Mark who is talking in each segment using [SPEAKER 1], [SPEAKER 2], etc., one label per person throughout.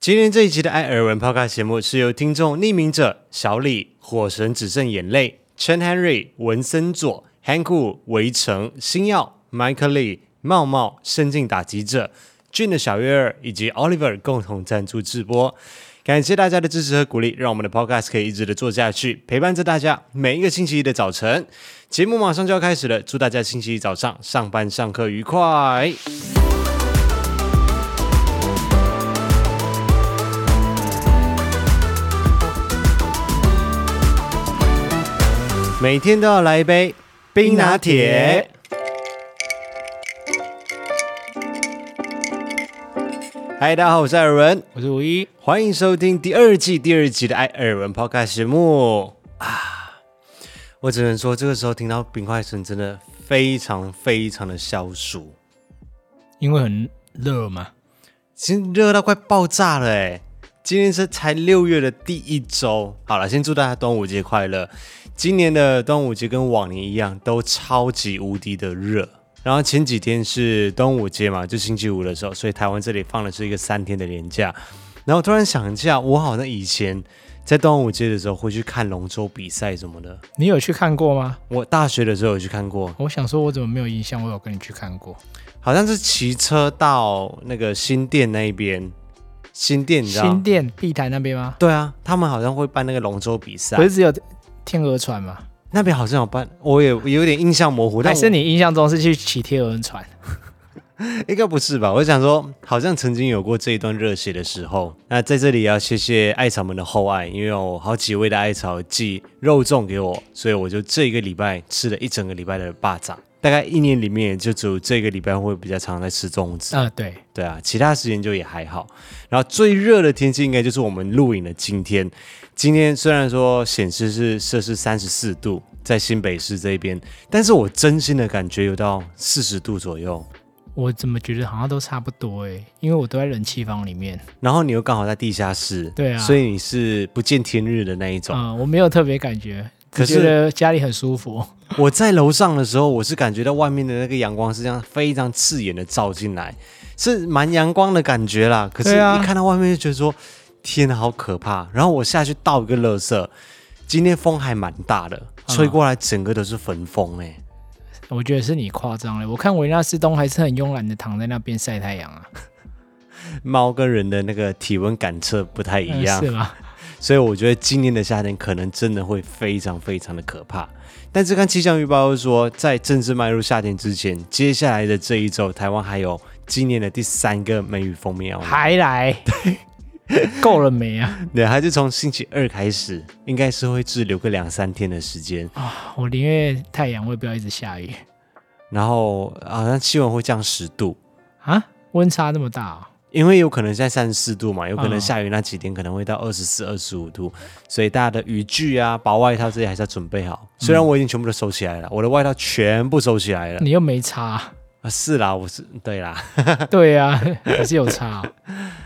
[SPEAKER 1] 今天这一集的艾尔文 Podcast 节目是由听众匿名者小李、火神只剩眼泪、Chen Henry、文森佐、Hank Wu、围城、星耀、Michael Lee、茂茂、深进打击者、俊的小月儿以及 Oliver 共同赞助直播。感谢大家的支持和鼓励，让我们的 Podcast 可以一直的做下去，陪伴着大家每一个星期一的早晨。节目马上就要开始了，祝大家星期一早上上班上课愉快。每天都要来一杯冰拿铁。嗨，大家好，我是艾尔文，
[SPEAKER 2] 我是五一，
[SPEAKER 1] 欢迎收听第二季第二集的艾尔文 Podcast 节目啊！我只能说，这个时候听到冰块声，真的非常非常的消暑，
[SPEAKER 2] 因为很热嘛，
[SPEAKER 1] 其实热到快爆炸了哎！今天是才六月的第一周，好了，先祝大家端午节快乐。今年的端午节跟往年一样，都超级无敌的热。然后前几天是端午节嘛，就星期五的时候，所以台湾这里放的是一个三天的连假。然后突然想一下，我好像以前在端午节的时候会去看龙舟比赛什么的。
[SPEAKER 2] 你有去看过吗？
[SPEAKER 1] 我大学的时候有去看过，
[SPEAKER 2] 我想说，我怎么没有印象？我有跟你去看过
[SPEAKER 1] 好像是骑车到那个新店那一边，新店你知道
[SPEAKER 2] 新？店碧潭那边吗？
[SPEAKER 1] 对啊，他们好像会办那个龙舟比赛
[SPEAKER 2] 不，是只有天鹅船吗？
[SPEAKER 1] 那边好像有办，我也有点印象模糊，但
[SPEAKER 2] 还
[SPEAKER 1] 我
[SPEAKER 2] 是你印象中是去骑天鹅船？
[SPEAKER 1] 应该不是吧？我想说，好像曾经有过这一段热血的时候。那在这里也要谢谢艾草们的厚爱，因为有好几位的艾草寄肉粽给我，所以我就这一个礼拜吃了一整个礼拜的霸掌。大概一年里面也就只有这个礼拜会比较常在吃粽子，
[SPEAKER 2] 啊，对，
[SPEAKER 1] 对啊，其他时间就也还好。然后最热的天气应该就是我们录影的今天。今天虽然说显示是摄氏三十四度，在新北市这边，但是我真心的感觉有到四十度左右。
[SPEAKER 2] 我怎么觉得好像都差不多哎、因为我都在冷气房里面，
[SPEAKER 1] 然后你又刚好在地下室，
[SPEAKER 2] 对啊
[SPEAKER 1] 所以你是不见天日的那一种。
[SPEAKER 2] 啊、我没有特别感觉，
[SPEAKER 1] 哦可
[SPEAKER 2] 只
[SPEAKER 1] 是
[SPEAKER 2] 觉得家里很舒服。
[SPEAKER 1] 我在楼上的时候，我是感觉到外面的那个阳光是这样非常刺眼的照进来，是蛮阳光的感觉啦。可是，
[SPEAKER 2] 对啊
[SPEAKER 1] 一看到外面就觉得说，天啊，好可怕。然后我下去倒一个垃圾，今天风还蛮大的，
[SPEAKER 2] 嗯
[SPEAKER 1] 吹过来整个都是焚风哎、
[SPEAKER 2] 我觉得是你夸张了，我看维纳斯东还是很慵懒的躺在那边晒太阳啊，
[SPEAKER 1] 猫跟人的那个体温感测不太一样
[SPEAKER 2] 嗯，是吗？
[SPEAKER 1] 所以我觉得今年的夏天可能真的会非常非常的可怕。但是看气象预报又说，在正式迈入夏天之前，接下来的这一周，台湾还有今年的第三个梅雨封面要哦来。
[SPEAKER 2] 还来，够了没啊？
[SPEAKER 1] 对，还是从星期二开始，应该是会滞留个两三天的时间。
[SPEAKER 2] 啊，我宁愿太阳，我也不要一直下雨。
[SPEAKER 1] 然后好像气温会降十度，
[SPEAKER 2] 啊，温差那么大哦、
[SPEAKER 1] 因为有可能现在三十四度嘛，有可能
[SPEAKER 2] 嗯
[SPEAKER 1] 下雨那几天可能会到二十四、二十五度，所以大家的雨具啊、薄外套这些还是要准备好。虽然我已经全部都收起来了，我的外套全部收起来了。
[SPEAKER 2] 你又没差，
[SPEAKER 1] 啊，是啦，我是对啦。
[SPEAKER 2] 对啊， 还是有差哦、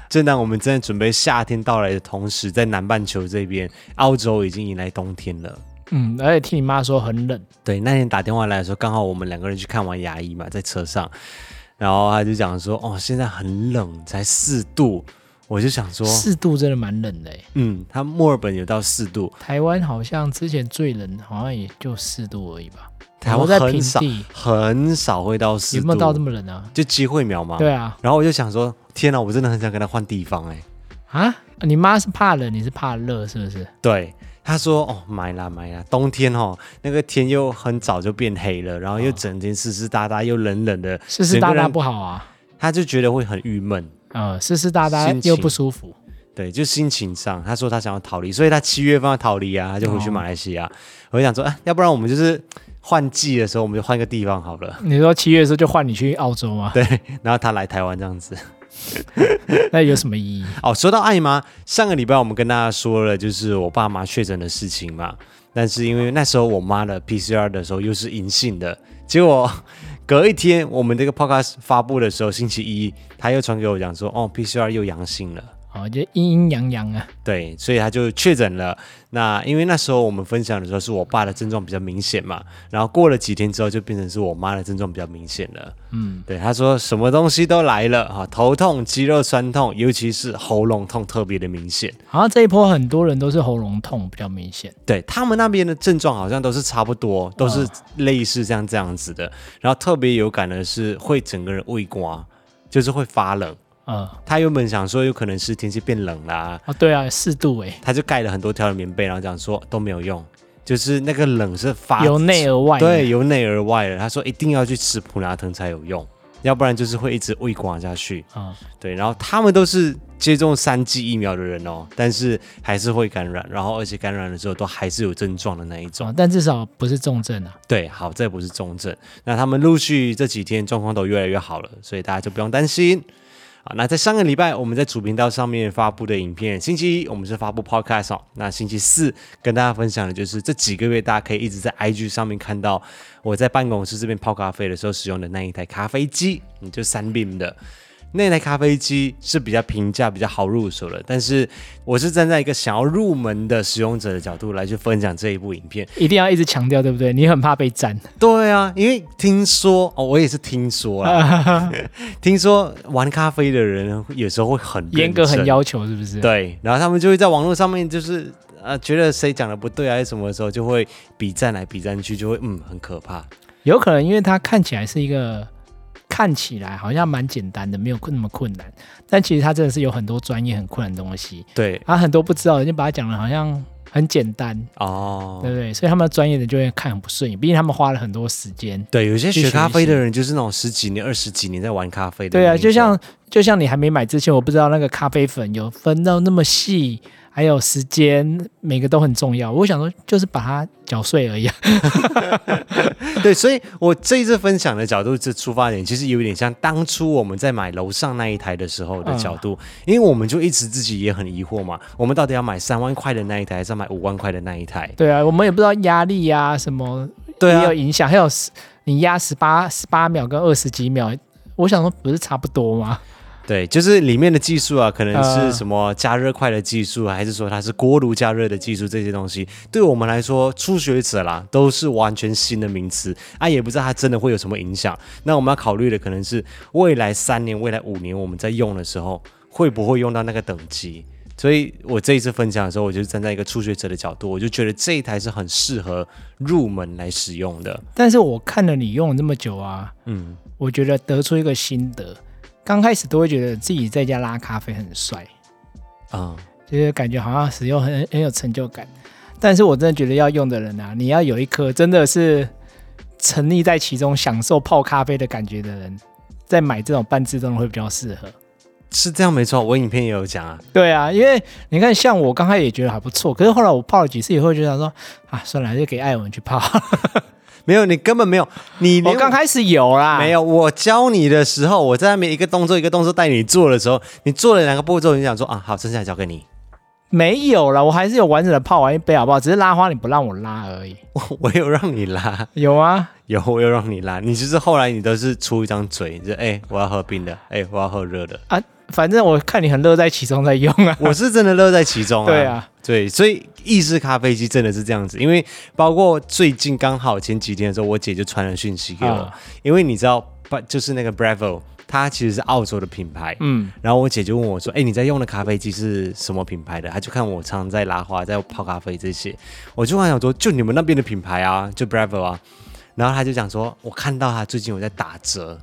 [SPEAKER 1] 正当我们正在准备夏天到来的同时，在南半球这边，澳洲已经迎来冬天了。
[SPEAKER 2] 嗯，而且听你妈说很冷，
[SPEAKER 1] 对，那天打电话来的时候，刚好我们两个人去看完牙医嘛，在车上，然后他就讲说，哦，现在很冷，才四度。我就想说，
[SPEAKER 2] 四度真的蛮冷的欸。
[SPEAKER 1] 嗯，他墨尔本有到四度，
[SPEAKER 2] 台湾好像之前最冷好像也就四度而已吧，
[SPEAKER 1] 台
[SPEAKER 2] 我
[SPEAKER 1] 湾
[SPEAKER 2] 在
[SPEAKER 1] 很
[SPEAKER 2] 平
[SPEAKER 1] 少
[SPEAKER 2] 地
[SPEAKER 1] 很少会到四
[SPEAKER 2] 有
[SPEAKER 1] 度，
[SPEAKER 2] 没有到这么冷啊？
[SPEAKER 1] 就机会秒嘛。
[SPEAKER 2] 对啊，
[SPEAKER 1] 然后我就想说，天哪，我真的很想跟他换地方哎、
[SPEAKER 2] 啊，你妈是怕冷，你是怕热是不是？
[SPEAKER 1] 对，他说哦，买啦买啦，冬天哦，那个天又很早就变黑了，然后又整天湿湿哒哒又冷冷的，
[SPEAKER 2] 湿湿哒
[SPEAKER 1] 整个
[SPEAKER 2] 哒
[SPEAKER 1] 人
[SPEAKER 2] 不好啊，
[SPEAKER 1] 他就觉得会很郁闷。
[SPEAKER 2] 呃，湿湿哒哒
[SPEAKER 1] 心情
[SPEAKER 2] 又不舒服，
[SPEAKER 1] 对，就心情上，他说他想要逃离，所以他七月份要逃离啊，他就回去马来西亚。我就想说，啊，要不然我们就是换季的时候，我们就换个地方好了。
[SPEAKER 2] 你说七月的时候就换你去澳洲吗？
[SPEAKER 1] 对，然后他来台湾这样子。
[SPEAKER 2] 那有什么意义？
[SPEAKER 1] 哦，说到爱妈，上个礼拜我们跟大家说了，就是我爸妈确诊的事情嘛。但是因为那时候我妈的 PCR 的时候又是阴性的，结果隔一天我们这个 podcast 发布的时候，星期一，她又传给我讲说，哦，PCR 又阳性了。
[SPEAKER 2] 啊、哦，就阴阴阳阳啊，
[SPEAKER 1] 对，所以他就确诊了。那因为那时候我们分享的时候是我爸的症状比较明显嘛，然后过了几天之后就变成是我妈的症状比较明显了。
[SPEAKER 2] 嗯，
[SPEAKER 1] 对，他说什么东西都来了哈，头痛、肌肉酸痛，尤其是喉咙痛特别的明显。
[SPEAKER 2] 好像这一波很多人都是喉咙痛比较明显，
[SPEAKER 1] 对他们那边的症状好像都是差不
[SPEAKER 2] 嗯
[SPEAKER 1] 多，都是类似像这样子的。然后特别有感的是会整个人胃刮，就是会发冷。
[SPEAKER 2] 嗯，
[SPEAKER 1] 他原本想说有可能是天气变冷啦、
[SPEAKER 2] 啊，对啊，四度哎、
[SPEAKER 1] 他就盖了很多条的棉被，然后讲说都没有用，就是那个冷是发
[SPEAKER 2] 由内而外，啊
[SPEAKER 1] 对，由内而外的。他说一定要去吃普拿疼才有用，要不然就是会一直胃刮下去。
[SPEAKER 2] 啊、
[SPEAKER 1] 对，然后他们都是接种三剂疫苗的人哦，但是还是会感染，然后而且感染了之后都还是有症状的那一种。
[SPEAKER 2] 嗯，但至少不是重症啊，
[SPEAKER 1] 对，好，这不是重症。那他们陆续这几天状况都越来越好了，所以大家就不用担心。啊，那在上个礼拜我们在主频道上面发布的影片，星期一我们是发布 podcast 哦，那星期四跟大家分享的就是这几个月大家可以一直在 IG 上面看到我在办公室这边泡咖啡的时候使用的那一台咖啡机，嗯，就三 beam 的。那台咖啡机是比较平价、比较好入手的，但是我是站在一个想要入门的使用者的角度来去分享这一部影片，
[SPEAKER 2] 一定要一直强调，对不对？你很怕 被占，
[SPEAKER 1] 对啊，因为听说哦，我也是听说
[SPEAKER 2] 啊
[SPEAKER 1] 啦，听说玩咖啡的人有时候会很认真
[SPEAKER 2] 严格很要求，是不是？，
[SPEAKER 1] 对，然后他们就会在网络上面就是呃，觉得谁讲的不对啊，还是什么的时候，就会比战来比战去，就会嗯，很可怕。
[SPEAKER 2] 有可能因为它看起来是一个。看起来好像蛮简单的，没有那么困难，但其实它真的是有很多专业很困难的东西，
[SPEAKER 1] 对
[SPEAKER 2] 啊，很多不知道的就把它讲的好像很简单，
[SPEAKER 1] 哦
[SPEAKER 2] 对，不对？所以他们专业的就会看很不顺眼，毕竟他们花了很多时间。
[SPEAKER 1] 对，有些
[SPEAKER 2] 去
[SPEAKER 1] 学
[SPEAKER 2] 学
[SPEAKER 1] 咖啡
[SPEAKER 2] 习
[SPEAKER 1] 的人就是那种十几年、二十几年在玩咖啡的
[SPEAKER 2] 对
[SPEAKER 1] 那
[SPEAKER 2] 啊，
[SPEAKER 1] 一种。
[SPEAKER 2] 就像就像你还没买之前，我不知道那个咖啡粉有分到那么细，还有时间，每个都很重要。我想说，就是把它搅碎而已啊。
[SPEAKER 1] 对，所以我这一次分享的角度，这出发点其实有点像当初我们在买楼上那一台的时候的角度，因为我们就一直自己也很疑惑嘛，我们到底要买三万块的那一台，还是要买五万块的那一台？
[SPEAKER 2] 对啊，我们也不知道压力啊什么
[SPEAKER 1] 对
[SPEAKER 2] 也
[SPEAKER 1] 啊
[SPEAKER 2] 有，影响，还有十你压十八十八秒跟二十几秒，我想说不是差不多吗？
[SPEAKER 1] 对，就是里面的技术啊，可能是
[SPEAKER 2] 呃
[SPEAKER 1] 什么加热块的技术啊，还是说它是锅炉加热的技术，这些东西对我们来说，初学者啦都是完全新的名词啊，也不知道它真的会有什么影响。那我们要考虑的可能是未来三年、未来五年我们在用的时候，会不会用到那个等级？所以我这一次分享的时候，我就是站在一个初学者的角度，我就觉得这一台是很适合入门来使用的。
[SPEAKER 2] 但是我看了你用了那么久啊，
[SPEAKER 1] 嗯，
[SPEAKER 2] 我觉得得出一个心得，刚开始都会觉得自己在家拉咖啡很帅，
[SPEAKER 1] 啊、
[SPEAKER 2] 就是感觉好像使用很很有成就感。但是我真的觉得要用的人啊，你要有一颗真的是沉溺在其中享受泡咖啡的感觉的人，在买这种半自动的会比较适合。
[SPEAKER 1] 是这样没错，我影片也有讲啊。
[SPEAKER 2] 对啊，因为你看，像我刚开始也觉得还不错，可是后来我泡了几次以后，就想说啊，算了，还是给艾文去泡。
[SPEAKER 1] 没有，你根本 没有，你
[SPEAKER 2] 我
[SPEAKER 1] 连
[SPEAKER 2] 刚开始有啦，
[SPEAKER 1] 没有，我教你的时候，我在那边一个动作一个动作带你做的时候，你做了两个步骤，你想说啊，好，剩下交给你。
[SPEAKER 2] 没有啦，我还是有完整的泡完一杯，好不好？只是拉花你不让我拉而已。
[SPEAKER 1] 我我有让你拉，
[SPEAKER 2] 有啊，
[SPEAKER 1] 有我有让你拉，你就是后来你都是出一张嘴，就是哎、我要喝冰的，哎、我要喝热的。
[SPEAKER 2] 啊，反正我看你很乐在其中在用啊。
[SPEAKER 1] 我是真的乐在其中啊。
[SPEAKER 2] 对啊，
[SPEAKER 1] 对，所以意式咖啡机真的是这样子，因为包括最近刚好前几天的时候，我姐就传了讯息给我，
[SPEAKER 2] 啊
[SPEAKER 1] 因为你知道，不就是那个 Bravo，它其实是澳洲的品牌，
[SPEAKER 2] 嗯，
[SPEAKER 1] 然后我姐就问我说：“哎、你在用的咖啡机是什么品牌的？”她就看我常常在拉花、在泡咖啡这些，我就很想说，就你们那边的品牌啊，就 Bravo 啊。然后她就讲说：“我看到它最近有在打折。”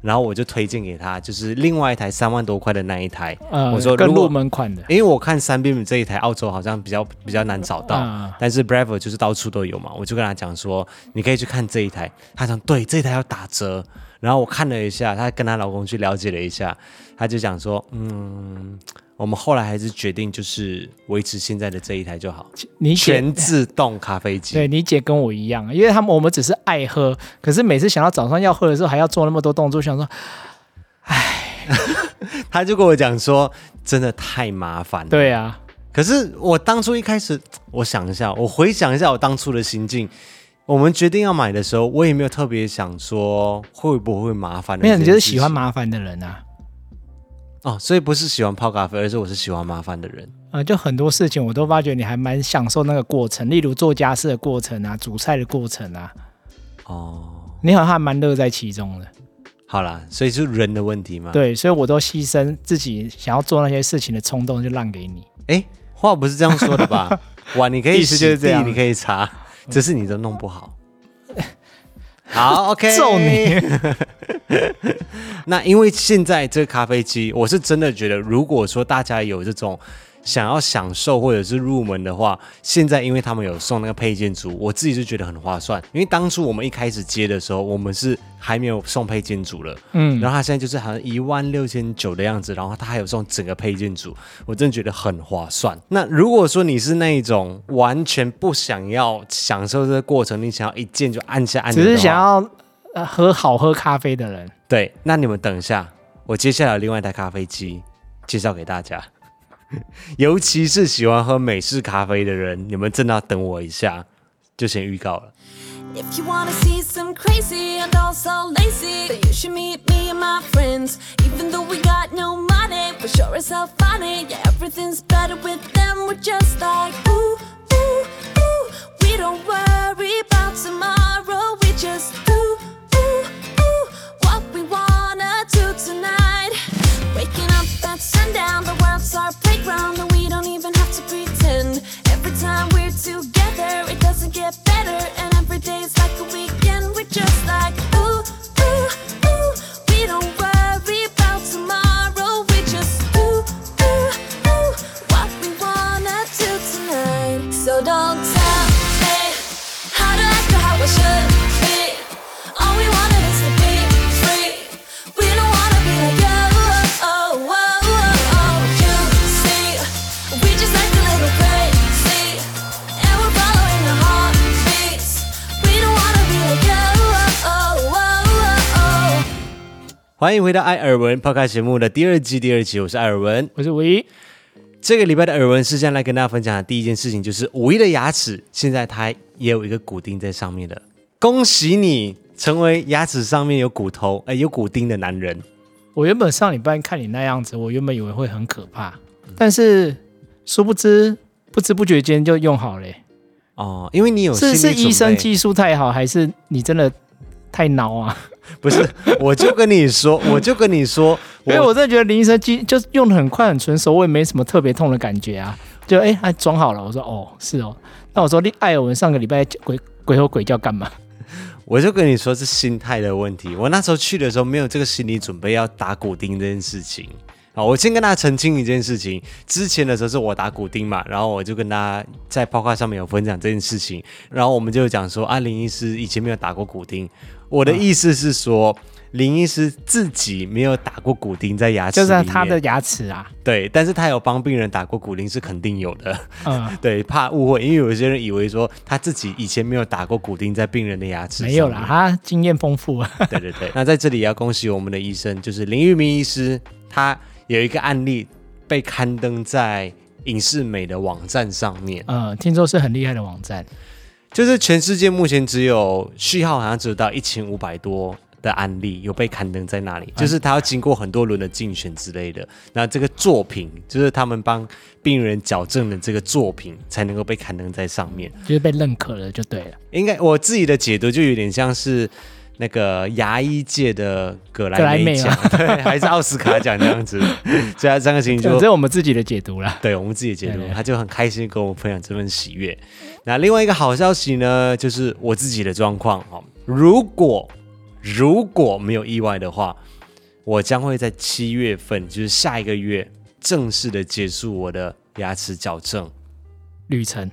[SPEAKER 1] 然后我就推荐给她，就是另外一台三万多块的那一台。
[SPEAKER 2] 呃，
[SPEAKER 1] 我说
[SPEAKER 2] 跟
[SPEAKER 1] 如果
[SPEAKER 2] 入门款的，
[SPEAKER 1] 因为我看三 BIM 这一台澳洲好像比较比较难找到，
[SPEAKER 2] 啊
[SPEAKER 1] 但是 Bravo 就是到处都有嘛，我就跟他讲说，你可以去看这一台。他讲对，这一台要打折。然后我看了一下，她跟她老公去了解了一下，她就讲说，嗯，我们后来还是决定就是维持现在的这一台就好，
[SPEAKER 2] 你姐
[SPEAKER 1] 全自动咖啡机。
[SPEAKER 2] 对你姐跟我一样，因为他们我们只是爱喝，可是每次想到早上要喝的时候，还要做那么多动作，想说
[SPEAKER 1] 嗯她就跟我讲说，真的太麻烦了。
[SPEAKER 2] 对啊，
[SPEAKER 1] 可是我当初一开始，我想一下，我回想一下我当初的心境。我们决定要买的时候，我也没有特别想说会不会麻烦的
[SPEAKER 2] 没
[SPEAKER 1] 这
[SPEAKER 2] 有
[SPEAKER 1] 件事情。
[SPEAKER 2] 你就是喜欢麻烦的人啊，
[SPEAKER 1] 哦，所以不是喜欢泡咖啡，而是我是喜欢麻烦的人。
[SPEAKER 2] 呃，就很多事情我都发觉你还蛮享受那个过程，例如做家事的过程啊，煮菜的过程啊，
[SPEAKER 1] 哦，
[SPEAKER 2] 你好像还蛮乐在其中的。
[SPEAKER 1] 啊好啦，所以是人的问题嘛。，
[SPEAKER 2] 对，所以我都牺牲自己想要做那些事情的冲动，就让给你。
[SPEAKER 1] 哎，话不是这样说的 吧？哇，你可以
[SPEAKER 2] 意思就是
[SPEAKER 1] 洗
[SPEAKER 2] 这
[SPEAKER 1] 地
[SPEAKER 2] 样
[SPEAKER 1] 你可以查，只是你都弄不 好。好，OK，
[SPEAKER 2] 揍你！
[SPEAKER 1] 那因为现在这个咖啡机，我是真的觉得，如果说大家有这种想要享受或者是入门的话，现在因为他们有送那个配件组，我自己就觉得很划算。因为当初我们一开始接的时候，我们是还没有送配件组了，
[SPEAKER 2] 嗯，
[SPEAKER 1] 然后它现在就是好像一万六千九的样子，然后它还有送整个配件组，我真的觉得很划算。那如果说你是那一种完全不想要享受这个过程，你想要一键就按下按钮
[SPEAKER 2] 只
[SPEAKER 1] 的话，
[SPEAKER 2] 是想要呃喝好喝咖啡的人，
[SPEAKER 1] 对，那你们等一下，我接下来有另外一台咖啡机介绍给大家。 尤其是喜欢喝美式咖啡的人，你们真的要等我一下，就先预告了。
[SPEAKER 3] If you wanna see some crazy and also lazy, then you should meet me and my friends. Even though we got no money, for sure it's so funny. Yeah, everything's better with them. We're just like ooh ooh ooh. We don't worry about tomorrow. We just ooh ooh ooh. What we wanna do tonight. Waking up at sundown, the world's our playground, and we don't even have to pretend. Every time we're together, it doesn't get better, and every day's like a weekend. We're just like ooh ooh ooh. We don't worry about tomorrow. We just ooh ooh ooh. What we wanna do tonight. So don't tell me how to act or how I should be. All we wanted is to be free. We don't wanna be like you. Oh, oh, oh, oh. You see, we just act a little crazy, and we're following our heartbeats. We don't wanna be like you. oh, oh, oh, oh.
[SPEAKER 1] 欢迎回到艾尔文 p o 节目的第二季第二集，我是艾尔文。
[SPEAKER 2] 我是唯一。
[SPEAKER 1] 这个礼拜的耳闻事件来跟大家分享的第一件事情就是五一的牙齿，现在它也有一个骨钉在上面的，恭喜你成为牙齿上面有骨头哎有骨钉的男人。
[SPEAKER 2] 我原本上礼拜看你那样子，我原本以为会很可怕，
[SPEAKER 1] 嗯
[SPEAKER 2] 但是殊不知不知不觉间就用好了欸、
[SPEAKER 1] 哦，因为你有
[SPEAKER 2] 是
[SPEAKER 1] 心
[SPEAKER 2] 是
[SPEAKER 1] 理准
[SPEAKER 2] 医生
[SPEAKER 1] 备
[SPEAKER 2] 技术太好，还是你真的太孬啊？
[SPEAKER 1] 不是，我就跟你 说，我就跟你说，
[SPEAKER 2] 因为我真的觉得林医生技就是用的很快很纯熟，我也没什么特别痛的感觉啊。就哎，还、装好了。我说哦，是哦。那我说你艾尔文上个礼拜鬼鬼吼鬼叫干嘛？
[SPEAKER 1] 我就跟你说是心态的问题。我那时候去的时候没有这个心理准备要打骨钉这件事情。好，我先跟大家澄清一件事情。之前的时候是我打骨钉嘛，然后我就跟大家在报告上面有分享这件事情，然后我们就讲说啊，林医师以前没有打过骨钉。我的意思是说，林医师自己没有打过骨钉在牙齿
[SPEAKER 2] 就
[SPEAKER 1] 里
[SPEAKER 2] 是
[SPEAKER 1] 面，
[SPEAKER 2] 他的牙齿啊，
[SPEAKER 1] 对，但是他有帮病人打过骨钉是肯定有的。
[SPEAKER 2] 嗯，
[SPEAKER 1] 对，怕误会，因为有些人以为说他自己以前没有打过骨钉在病人的牙齿，
[SPEAKER 2] 没有啦，。他经验丰富啊。
[SPEAKER 1] 对对对，那在这里也要恭喜我们的医生，就是林玉明医师，他有一个案例被刊登在影视美的网站上面，
[SPEAKER 2] 嗯，听说是很厉害的网站。
[SPEAKER 1] 就是全世界目前只有序号好像只有到一千五百多。的案例有被刊登在那里，就是他要经过很多轮的竞选之类的，那这个作品就是他们帮病人矫正的这个作品才能够被刊登在上面。
[SPEAKER 2] 就是被认可了就对了。
[SPEAKER 1] 应该我自己的解读就有点像是那个牙医界的葛莱美奖， 对，还是奥斯卡奖这样 子。所以他张克勤
[SPEAKER 2] 这
[SPEAKER 1] 就
[SPEAKER 2] 这我们自己的解读啦。
[SPEAKER 1] 对我们自己的解读
[SPEAKER 2] 对，对
[SPEAKER 1] 他就很开心地跟我分享这份喜悦。那另外一个好消息呢，就是我自己的状况哦，如果如果没有意外的话，我将会在七月份，就是下一个月正式的结束我的牙齿矫正。
[SPEAKER 2] 旅程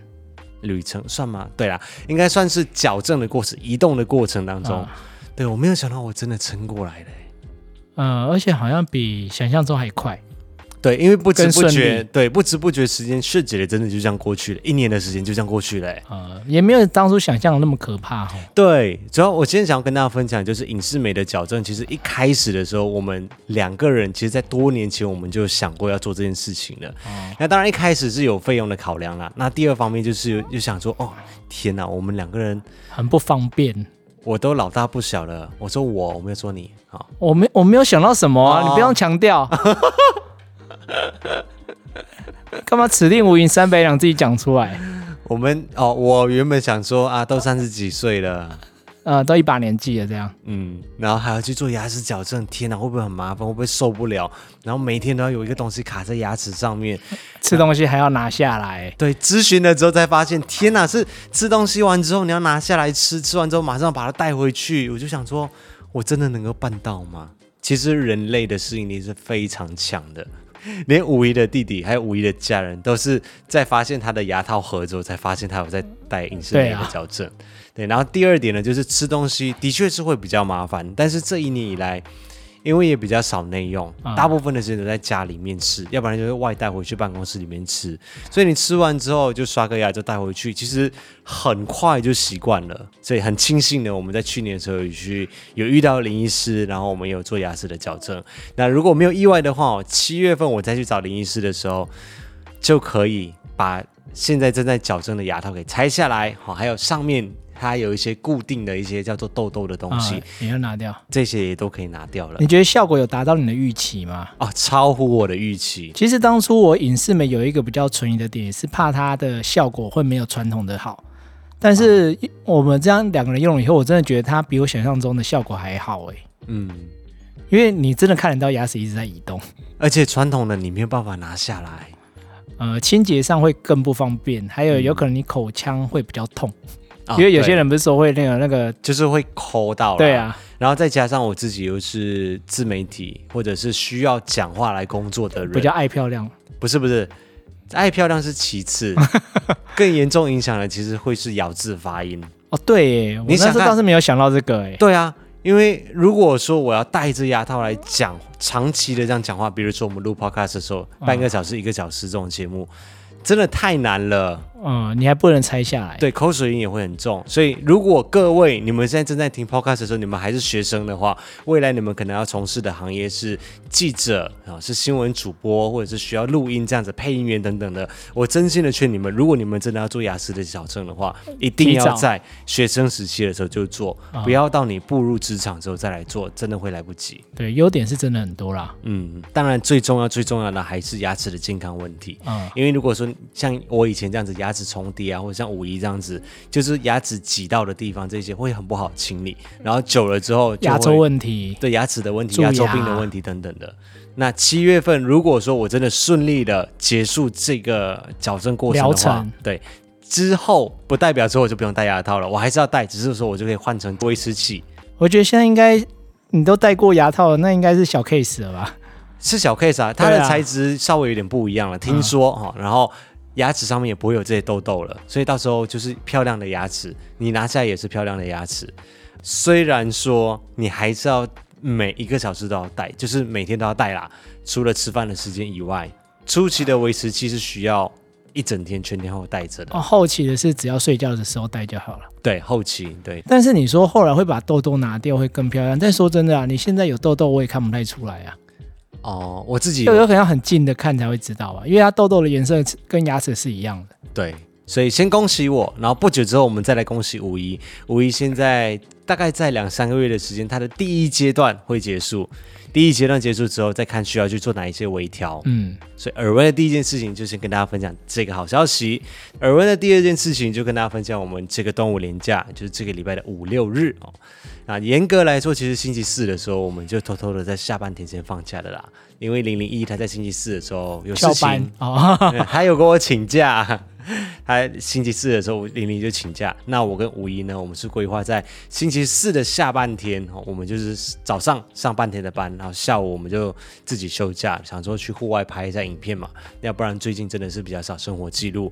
[SPEAKER 1] 旅程算吗？对啦，应该算是矫正的过程、移动的过程当中。
[SPEAKER 2] 啊
[SPEAKER 1] 对我没有想到，我真的撑过来了欸、
[SPEAKER 2] 呃，而且好像比想象中还快。
[SPEAKER 1] 对，因为不知
[SPEAKER 2] 更
[SPEAKER 1] 不
[SPEAKER 2] 顺
[SPEAKER 1] 觉
[SPEAKER 2] 利，
[SPEAKER 1] 对，不知不觉时间瞬间的真的就这样过去了，一年的时间就这样过去了欸、
[SPEAKER 2] 呃，也没有当初想象的那么可怕哦哈。
[SPEAKER 1] 对，主要我今天想要跟大家分享，就是影视美的矫正。其实一开始的时候，我们两个人其实，在多年前我们就想过要做这件事情了。
[SPEAKER 2] 啊
[SPEAKER 1] 那当然一开始是有费用的考量啦。那第二方面就是又想说，哦，天哪，我们两个人
[SPEAKER 2] 很不方便。
[SPEAKER 1] 我都老大不小了。我说我，我没有说你，好、
[SPEAKER 2] 我没我没有想到什么啊，
[SPEAKER 1] 哦
[SPEAKER 2] 你不用强调。 干嘛此令无云三百两自己讲出来？
[SPEAKER 1] 我们哦，我原本想说啊，都三十几岁了，
[SPEAKER 2] 呃，都一把年纪了这样。
[SPEAKER 1] 嗯，然后还要去做牙齿矫正，天哪，会不会很麻烦？会不会受不了？然后每天都要有一个东西卡在牙齿上面。
[SPEAKER 2] 吃东西还要拿下来，
[SPEAKER 1] 对，咨询了之后才发现，天哪，是吃东西完之后你要拿下来吃，吃完之后马上把它带回去。我就想说，我真的能够办到吗？其实人类的适应力是非常强的， 连五一的弟弟还有五一的家人都是在发现他的牙套盒之后，才发现他有在戴隐适美的矫正。对，然后第二点呢，就是吃东西的确是会比较麻烦，但是这一年以来，因为也比较少内用，大部分的时间都在家里面吃，要不然就是外带回去办公室里面吃。所以你吃完之后就刷个牙就带回去，其实很快就习惯了。所以很庆幸的，我们在去年的时候有去有遇到林医师，然后我们有做牙齿的矫正。那如果没有意外的话，哦，七月份我再去找林医师的时候，就可以把现在正在矫正的牙套给拆下来，好，还有上面它有一些固定的一些叫做痘痘的东
[SPEAKER 2] 啊
[SPEAKER 1] 西，
[SPEAKER 2] 也要拿掉。
[SPEAKER 1] 这些也都可以拿掉了
[SPEAKER 2] 你。觉得效果有达到你的预期吗？
[SPEAKER 1] 哦，超乎我的预期。
[SPEAKER 2] 其实当初我影视美有一个比较存疑的点，也是怕它的效果会没有传统的好。但是我们这样两个人用了以后，我真的觉得它比我想象中的效果还好诶、
[SPEAKER 1] 嗯，
[SPEAKER 2] 因为你真的看得到牙齿一直在移动，
[SPEAKER 1] 而且传统的你没有办法拿下来。
[SPEAKER 2] 呃，清洁上会更不方便，还有有可能你口腔会比较痛，
[SPEAKER 1] 啊
[SPEAKER 2] 因为有
[SPEAKER 1] 对
[SPEAKER 2] 些人不是说会那个那个，
[SPEAKER 1] 就是会抠到啦
[SPEAKER 2] 对，啊，
[SPEAKER 1] 然后再加上我自己又是自媒体或者是需要讲话来工作的人，
[SPEAKER 2] 比较爱漂亮，
[SPEAKER 1] 不是不是，爱漂亮是其 次，更严重影响的其实会是咬字发音。
[SPEAKER 2] 哦，对耶，我
[SPEAKER 1] 你
[SPEAKER 2] 那时
[SPEAKER 1] 想
[SPEAKER 2] 候
[SPEAKER 1] 看
[SPEAKER 2] 倒是没有想到这个欸诶。
[SPEAKER 1] 对啊，因为如果说我要戴着牙套来讲，长期的这样讲话，比如说我们录 podcast 的时候，半
[SPEAKER 2] 嗯
[SPEAKER 1] 个小时、一个小时这种节目，真的太难了。
[SPEAKER 2] 嗯，你还不能拆下来，
[SPEAKER 1] 对，口水音也会很重。所以，如果各位你们现在正在听 podcast 的时候，你们还是学生的话，未来你们可能要从事的行业是记者啊，是新闻主播，或者是需要录音这样子，配音员等等的。我真心的劝你们，如果你们真的要做雅思的矫正的话，一定
[SPEAKER 2] 嗯提
[SPEAKER 1] 要
[SPEAKER 2] 早啊
[SPEAKER 1] 在学生时期的时候就做，不要到你步入职场之后再来做，真的会来不及。
[SPEAKER 2] 对，优点是真的很多啦。
[SPEAKER 1] 嗯，当然最重要最重要的还是牙齿的健康问题。
[SPEAKER 2] 嗯
[SPEAKER 1] 因为如果说像我以前这样子牙齿重叠啊，或者像五一这样子，就是牙齿挤到的地方，这些会很不好清理，然后久了之后 就会
[SPEAKER 2] 牙周问题，
[SPEAKER 1] 对牙齿的问题、
[SPEAKER 2] 蛀
[SPEAKER 1] 牙周
[SPEAKER 2] 牙
[SPEAKER 1] 病的问题等等的。那七月份如果说我真的顺利的结束这个矫正过程
[SPEAKER 2] 疗
[SPEAKER 1] 的话
[SPEAKER 2] 程，
[SPEAKER 1] 对。之后不代表说我就不用戴牙套了，我还是要戴，只是说我就可以换成威士忌，
[SPEAKER 2] 我觉得现在应该你都戴过牙套了，那应该是小 case 了吧？
[SPEAKER 1] 是小 case 啊，它的
[SPEAKER 2] 对啊
[SPEAKER 1] 材质稍微有点不一样了，听说哈、哦，然后牙齿上面也不会有这些痘痘了，所以到时候就是漂亮的牙齿，你拿下来也是漂亮的牙齿。虽然说你还是要每一个小时都要戴，就是每天都要戴啦，除了吃饭的时间以外，初期的维持期是需要一整天全天候戴着的。
[SPEAKER 2] 哦，后期的是只要睡觉的时候戴就好了。
[SPEAKER 1] 对，后期对
[SPEAKER 2] 但是你说后来会把痘痘拿掉会更漂亮，但说真的啊，你现在有痘痘我也看不太出来啊，
[SPEAKER 1] 哦，我自己
[SPEAKER 2] 就
[SPEAKER 1] 有
[SPEAKER 2] 有可能要很近的看才会知道吧，啊因为它痘痘的颜色跟牙齿是一样的。
[SPEAKER 1] 对，所以先恭喜我，然后不久之后我们再来恭喜五一。五一现在大概在两三个月的时间，他的第一阶段会结束。第一阶段结束之后，再看需要去做哪一些微调。
[SPEAKER 2] 嗯，
[SPEAKER 1] 所以耳温的第一件事情就先跟大家分享这个好消息，耳温的第二件事情就跟大家分享我们这个端午连假，就是这个礼拜的五六日哦。那严格来说，其实星期四的时候我们就偷偷的在下半天先放假的啦，因为零零一他在星期四的时候有事
[SPEAKER 2] 翘
[SPEAKER 1] 情
[SPEAKER 2] 班，哦，
[SPEAKER 1] 对啊他有跟我请假，他星期四的时候，玲玲就请假。那我跟五一呢，我们是规划在星期四的下半天，哦我们就是早上上半天的班，然后下午我们就自己休假，想说去户外拍一下影片嘛，要不然最近真的是比较少生活记录。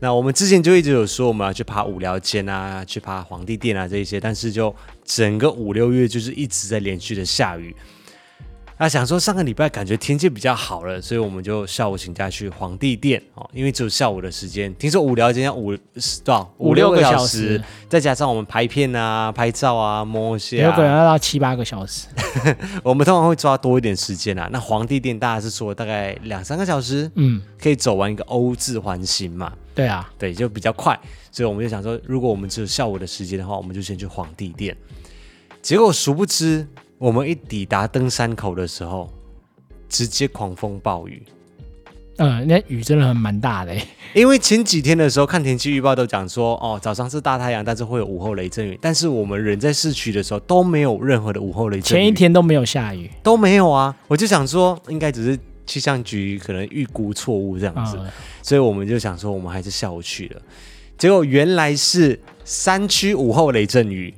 [SPEAKER 1] 那我们之前就一直有说我们要去爬五寮尖啊，去爬皇帝殿啊这一些，但是就整个五六月就是一直在连续的下雨，那想说上个礼拜感觉天气比较好了，所以我们就下午请假去皇帝殿哦，因为只有下午的时间。听说无聊，今天要五是多少
[SPEAKER 2] 五六个
[SPEAKER 1] 小
[SPEAKER 2] 小时
[SPEAKER 1] 再加上我们拍片啊、拍照啊、摸一些、
[SPEAKER 2] 有可能
[SPEAKER 1] 啊，
[SPEAKER 2] 要到七八个小时。
[SPEAKER 1] 我们通常会抓多一点时间啊。那皇帝殿大家是说大概两三个小时，
[SPEAKER 2] 嗯，
[SPEAKER 1] 可以走完一个欧字环形嘛，
[SPEAKER 2] 对啊，
[SPEAKER 1] 对，就比较快。所以我们就想说，如果我们只有下午的时间的话，我们就先去皇帝殿。结果殊不知，我们一抵达登山口的时候，直接狂风暴雨。
[SPEAKER 2] 嗯，那雨真的很蛮大的欸、
[SPEAKER 1] 因为前几天的时候看天气预报都讲说，哦，早上是大太阳，但是会有午后雷阵雨。但是我们人在市区的时候都没有任何的午后雷阵雨，
[SPEAKER 2] 前一天都没有下雨
[SPEAKER 1] 都没有啊。我就想说，应该只是气象局可能预估错误这样
[SPEAKER 2] 啊、
[SPEAKER 1] 子，所以我们就想说，我们还是下午去了。结果原来是山区午后雷阵雨，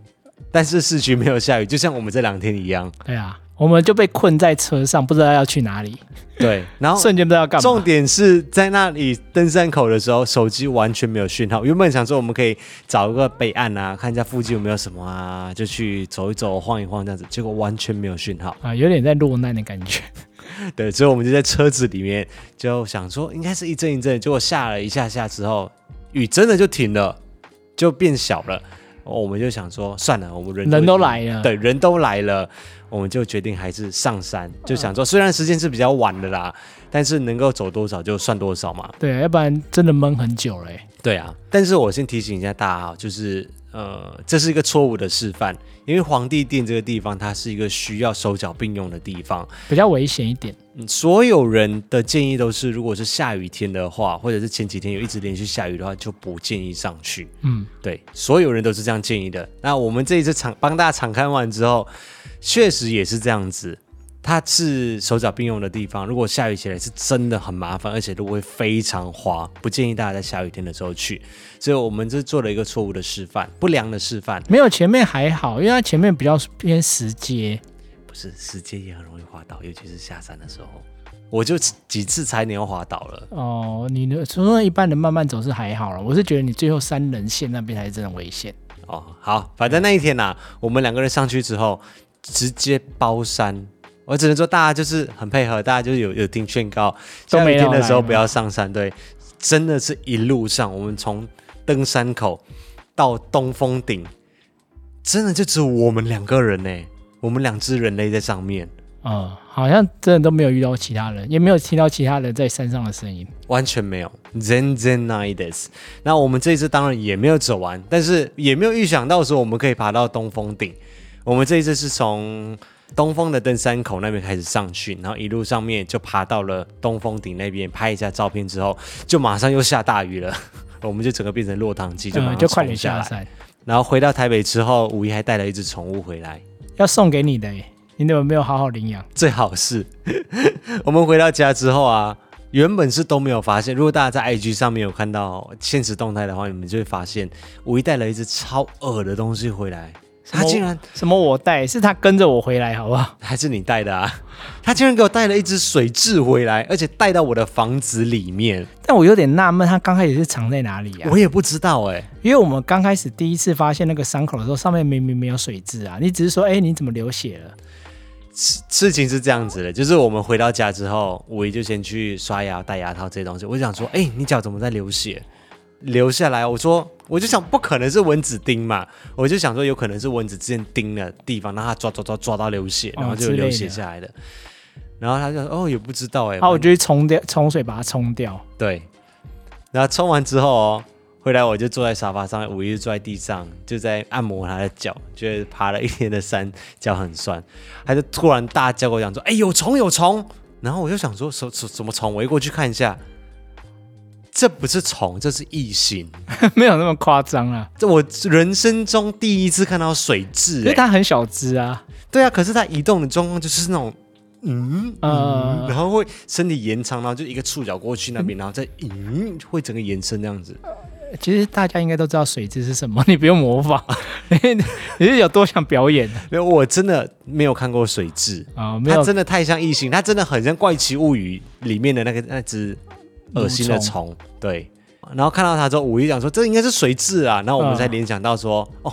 [SPEAKER 1] 但是市区没有下雨，就像我们这两天一样。
[SPEAKER 2] 对啊，我们就被困在车上，不知道要去哪里，
[SPEAKER 1] 对，然后
[SPEAKER 2] 瞬间不知道要干嘛。
[SPEAKER 1] 重点是在那里登山口的时候，手机完全没有讯号。原本想说我们可以找一个北岸啊，看一下附近有没有什么啊，就去走一走、晃一晃这样子。结果完全没有讯号。
[SPEAKER 2] 啊，有点在落难的感觉。
[SPEAKER 1] 对，所以我们就在车子里面就想说，应该是一阵一阵。结果下了一下下之后，雨真的就停了，就变小了。哦我们就想说，算了，我们人
[SPEAKER 2] 人都
[SPEAKER 1] 已经
[SPEAKER 2] 来了
[SPEAKER 1] 对，人都来了，我们就决定还是上山。就想说，虽然时间是比较晚的啦，但是能够走多少就算多少嘛。
[SPEAKER 2] 对，啊要不然真的闷很久了欸、
[SPEAKER 1] 对啊，但是我先提醒一下大家啊，就是呃，这是一个错误的示范，因为皇帝殿这个地方它是一个需要手脚并用的地方。
[SPEAKER 2] 比较危险一点。
[SPEAKER 1] 嗯所有人的建议都是，如果是下雨天的话，或者是前几天有一直连续下雨的话，就不建议上去。
[SPEAKER 2] 嗯，
[SPEAKER 1] 对，所有人都是这样建议的。那我们这一次场帮大家场看完之后，确实也是这样子。它是手脚并用的地方，如果下雨起来是真的很麻烦，而且路会非常滑，不建议大家在下雨天的时候去。所以我们这做了一个错误的示范，不良的示范，
[SPEAKER 2] 没有前面还好，因为它前面比较偏石阶。
[SPEAKER 1] 不是时间也很容易滑倒，尤其是下山的时候，我就几次才牛滑倒了。
[SPEAKER 2] 哦，你的除了一般人慢慢走是还好了，我是觉得你最后三人线那边才是真的危险。
[SPEAKER 1] 哦，好，反正那一天呐、我们两个人上去之后，直接包山。我只能说，大家就是很配合，大家就是有有听劝告，
[SPEAKER 2] 都
[SPEAKER 1] 下雨
[SPEAKER 2] 没
[SPEAKER 1] 天
[SPEAKER 2] 有
[SPEAKER 1] 的时候
[SPEAKER 2] 来吗
[SPEAKER 1] 不要上山。对，真的是一路上，我们从登山口到东峰顶，真的就只有我们两个人呢、我们两只人类在上面，
[SPEAKER 2] 嗯，好像真的都没有遇到其他人，也没有听到其他人在山上的声音。
[SPEAKER 1] 完全没有，zen zen night this。那我们这一次当然也没有走完，但是也没有预想到说我们可以爬到东峰顶。我们这一次是从东峰的登山口那边开始上去，然后一路上面就爬到了东峰顶那边，拍一下照片之后，就马上又下大雨了， 我们就整个变成落汤鸡，就马
[SPEAKER 2] 嗯，
[SPEAKER 1] 上
[SPEAKER 2] 就快点
[SPEAKER 1] 冲下
[SPEAKER 2] 下
[SPEAKER 1] 来。
[SPEAKER 2] 山，
[SPEAKER 1] 然后回到台北之后，五一还带了一只宠物回来，
[SPEAKER 2] 要送给你的、欸，你怎么没有好好领养？
[SPEAKER 1] 最好是 我们回到家之后啊，原本是都没有发现。如果大家在 IG 上面有看到现实动态的话，你们就会发现五一带了一只超恶的东西回来，
[SPEAKER 2] 什么
[SPEAKER 1] 他竟然
[SPEAKER 2] 什么我带，是他跟着我回来，好不好？
[SPEAKER 1] 还是你带的啊，他竟然给我带了一只水蛭回来，而且带到我的房子里面，
[SPEAKER 2] 但我有点纳闷，他刚开始是藏在哪里啊呀、
[SPEAKER 1] 我也不知道哎、
[SPEAKER 2] 因为我们刚开始第一次发现那个伤口的时候，上面明明没有水渍啊，你只是说，哎、你怎么流血了？
[SPEAKER 1] 事情是这样子的，就是我们回到家之后，五一就先去刷牙、戴牙套这些东西。我就想说，哎、你脚怎么在流血？流下来，我说，我就想不可能是蚊子叮嘛，我就想说有可能是蚊子之前叮了地方，让它抓抓抓抓到流血，
[SPEAKER 2] 哦
[SPEAKER 1] 然后就有流血下来的。然后他就哦也不知道哎、
[SPEAKER 2] 然后啊我就去冲掉，冲水把它冲掉。
[SPEAKER 1] 对，然后冲完之后哦，回来我就坐在沙发上，五一就坐在地上，就在按摩他的脚，觉得爬了一天的山脚很酸，他就突然大叫跟我讲说：“哎，有虫有虫！”然后我就想说：“什什什么虫？”我一过去看一下，这不是虫，这是异形。
[SPEAKER 2] 没有那么夸张啊，
[SPEAKER 1] 这我人生中第一次看到水
[SPEAKER 2] 因
[SPEAKER 1] 蛭、
[SPEAKER 2] 为
[SPEAKER 1] 哎，
[SPEAKER 2] 它很小只啊。
[SPEAKER 1] 对啊，可是它移动的状况就是那种。嗯，嗯
[SPEAKER 2] 呃
[SPEAKER 1] 然后会身体延长，然后就一个触角过去那边，然后再嗯，会整个延伸这样子。
[SPEAKER 2] 其实大家应该都知道水蛭是什么， 你不用模仿，你你是有多想表演
[SPEAKER 1] 没有，我真的没有看过水蛭，
[SPEAKER 2] 啊、没
[SPEAKER 1] 它
[SPEAKER 2] 有
[SPEAKER 1] 真的太像异形，它真的很像《怪奇物语》里面的那个那只恶心的虫。对，然后看到它之后，五一讲说这应该是水蛭啊，然后我们
[SPEAKER 2] 嗯
[SPEAKER 1] 才联想到说，哦，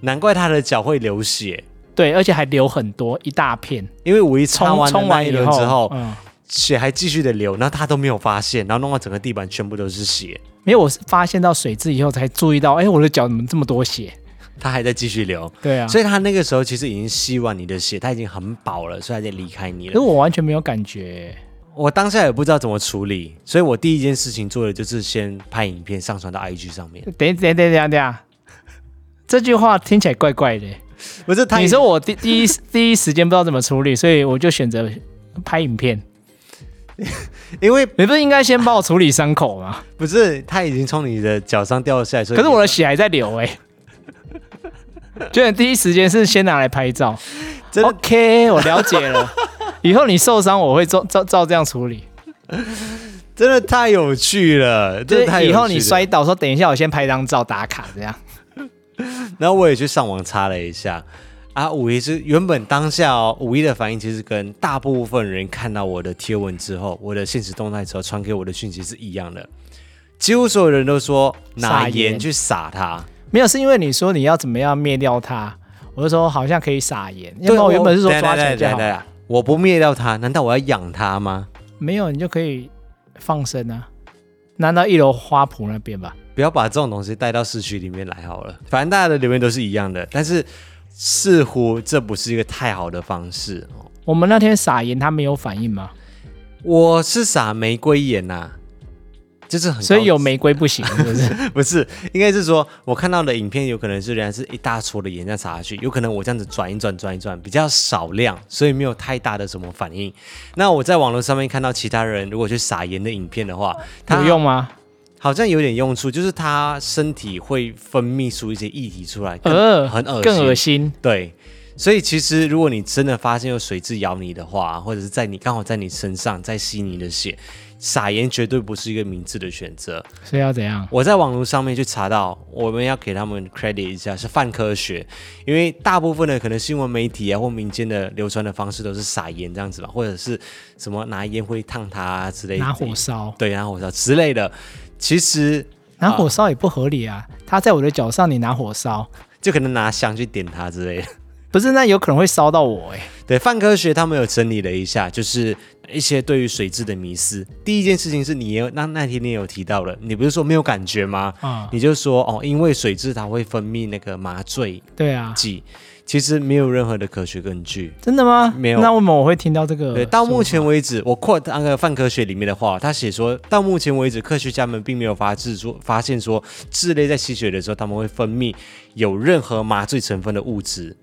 [SPEAKER 1] 难怪它的脚会流血，
[SPEAKER 2] 对，而且还流很多一大片，
[SPEAKER 1] 因为五一擦
[SPEAKER 2] 冲
[SPEAKER 1] 完了那
[SPEAKER 2] 冲完
[SPEAKER 1] 一
[SPEAKER 2] 以
[SPEAKER 1] 轮之后，
[SPEAKER 2] 嗯，
[SPEAKER 1] 血还继续的流，然后他都没有发现，然后弄到整个地板全部都是血，
[SPEAKER 2] 没有，我是发现到水蛭以后才注意到，哎，我的脚怎么这么多血？
[SPEAKER 1] 他还在继续流。
[SPEAKER 2] 对啊，
[SPEAKER 1] 所
[SPEAKER 2] 所以
[SPEAKER 1] 以他那个时候其实已经吸完你的血，他已经很饱了，所以他就离开你了
[SPEAKER 2] 可是。我完全没有感觉，
[SPEAKER 1] 我当下也不知道怎么处理，所以我第一件事情做的就是先拍影片上传到 IG 上面。
[SPEAKER 2] 等一等一等一等一等一下，这句话听起来怪怪的。
[SPEAKER 1] 不是他，
[SPEAKER 2] 你 说我第第一第一时间不知道怎么处理，所以我就选择拍影片。
[SPEAKER 1] 因为
[SPEAKER 2] 你不是应该先帮我处理伤口吗？
[SPEAKER 1] 不是他已经从你的脚上掉下来，所以
[SPEAKER 2] 可是我的血还在流哎、就你第一时间是先拿来拍照。
[SPEAKER 1] 真
[SPEAKER 2] 哦
[SPEAKER 1] 的
[SPEAKER 2] OK，我了 解了。以后你受伤，我会照照照这样处理。
[SPEAKER 1] 真的太有趣了，
[SPEAKER 2] 就
[SPEAKER 1] 真的太
[SPEAKER 2] 是
[SPEAKER 1] 有趣
[SPEAKER 2] 以
[SPEAKER 1] 了
[SPEAKER 2] 后你摔，倒说，等一下我先拍张照打卡，这样。
[SPEAKER 1] 然后我也去上网查了一下。啊，五一是原本当下哦，五一的反应其实跟大部分人看到我的贴文之后，我的现实动态之后传给我的讯息是一样的，几乎所有人都说拿
[SPEAKER 2] 撒盐
[SPEAKER 1] 盐去撒它，
[SPEAKER 2] 没有，是因为你说你要怎么样灭掉它，我就说好像可以撒盐。因
[SPEAKER 1] 对，
[SPEAKER 2] 为我原本是说
[SPEAKER 1] 等一下
[SPEAKER 2] 抓起来就
[SPEAKER 1] 等一下
[SPEAKER 2] 好
[SPEAKER 1] 等一，下我不灭掉它，难道我要养它吗？
[SPEAKER 2] 没有你就可以放生啊，拿到一楼花圃那边吧。
[SPEAKER 1] 不要把这种东西带到市区里面来好了。反正大家的留言都是一样的，但是似乎这不是一个太好的方式哦。
[SPEAKER 2] 我们那天撒盐，它没有反应吗？
[SPEAKER 1] 我是撒玫瑰盐呐、就是很
[SPEAKER 2] 所以有
[SPEAKER 1] 没
[SPEAKER 2] 玫瑰不行，是 不是？
[SPEAKER 1] 不是，应该是说我看到的影片有可能是人家是一大撮的盐这样撒下去，有可能我这样子转一转转一转比较少量，所以没有太大的什么反应。那我在网络上面看到其他人如果去撒盐的影片的话，他
[SPEAKER 2] 有用吗？
[SPEAKER 1] 好像有点用处，就是他身体会分泌出一些液体出来，更
[SPEAKER 2] 呃，
[SPEAKER 1] 很恶心，
[SPEAKER 2] 更恶心。
[SPEAKER 1] 对，所以其实如果你真的发现有水蛭咬你的话，或者是在你刚好在你身上在吸你的血，撒盐绝对不是一个明智的选择。
[SPEAKER 2] 所以要怎样？
[SPEAKER 1] 我在网络上面去查到，我们要给他们 credit 一下，是泛科学，因为大部分的可能新闻媒体啊或民间的流传的方式都是撒盐这样子吧，或者是什么拿烟灰烫它啊之类的，
[SPEAKER 2] 拿火烧，
[SPEAKER 1] 对，拿火烧之类的，其实
[SPEAKER 2] 拿火烧也不合理啊。它在我的脚上，你拿火烧，
[SPEAKER 1] 就可能拿香去点它之类的。
[SPEAKER 2] 不是那有可能会烧到我哎、
[SPEAKER 1] 对，泛科学他们有整理了一下，就是一些对于水质的迷思。第一件事情是你也有那那天你也有提到了，你不是说没有感觉吗？
[SPEAKER 2] 嗯
[SPEAKER 1] 你就说哦，因为水质它会分泌那个麻醉
[SPEAKER 2] 对啊，
[SPEAKER 1] 剂，其实没有任何的科学根据。
[SPEAKER 2] 真的吗？
[SPEAKER 1] 没有
[SPEAKER 2] 那为什么我会听到这个？
[SPEAKER 1] 对，到目前为止，我 quote 那个泛科学里面的话，他写说，到目前为止，科学家们并没有发制说发现说质类在吸血的时候，他们会分泌有任何麻醉成分的物质，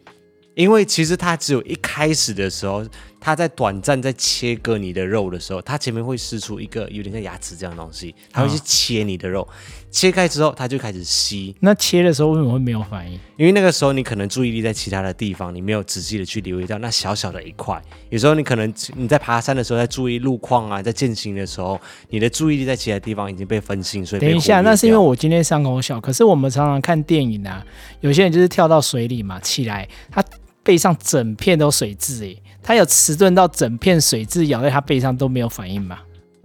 [SPEAKER 1] 因为其实它只有一开始的时候，它在短暂在切割你的肉的时候，它前面会施出一个有点像牙齿这样的东西，它会去切你的肉，切开之后，它就开始吸，
[SPEAKER 2] 那切的时候为什么会没有反应？
[SPEAKER 1] 因为那个时候你可能注意力在其他的地方，你没有仔细的去留意到那小小的一块。有时候你可能嗯你在爬山的时候在注意路况啊，在践行的时候，你的注意力在其他地方已经被分心，所以被
[SPEAKER 2] 等一下，
[SPEAKER 1] 忽略掉
[SPEAKER 2] 那是因为我今天伤口小，可是我们常常看电影啊，有些人就是跳到水里嘛，起来他背上整片都水蛭诶、他有迟钝到整片水蛭咬在他背上都没有反应嘛？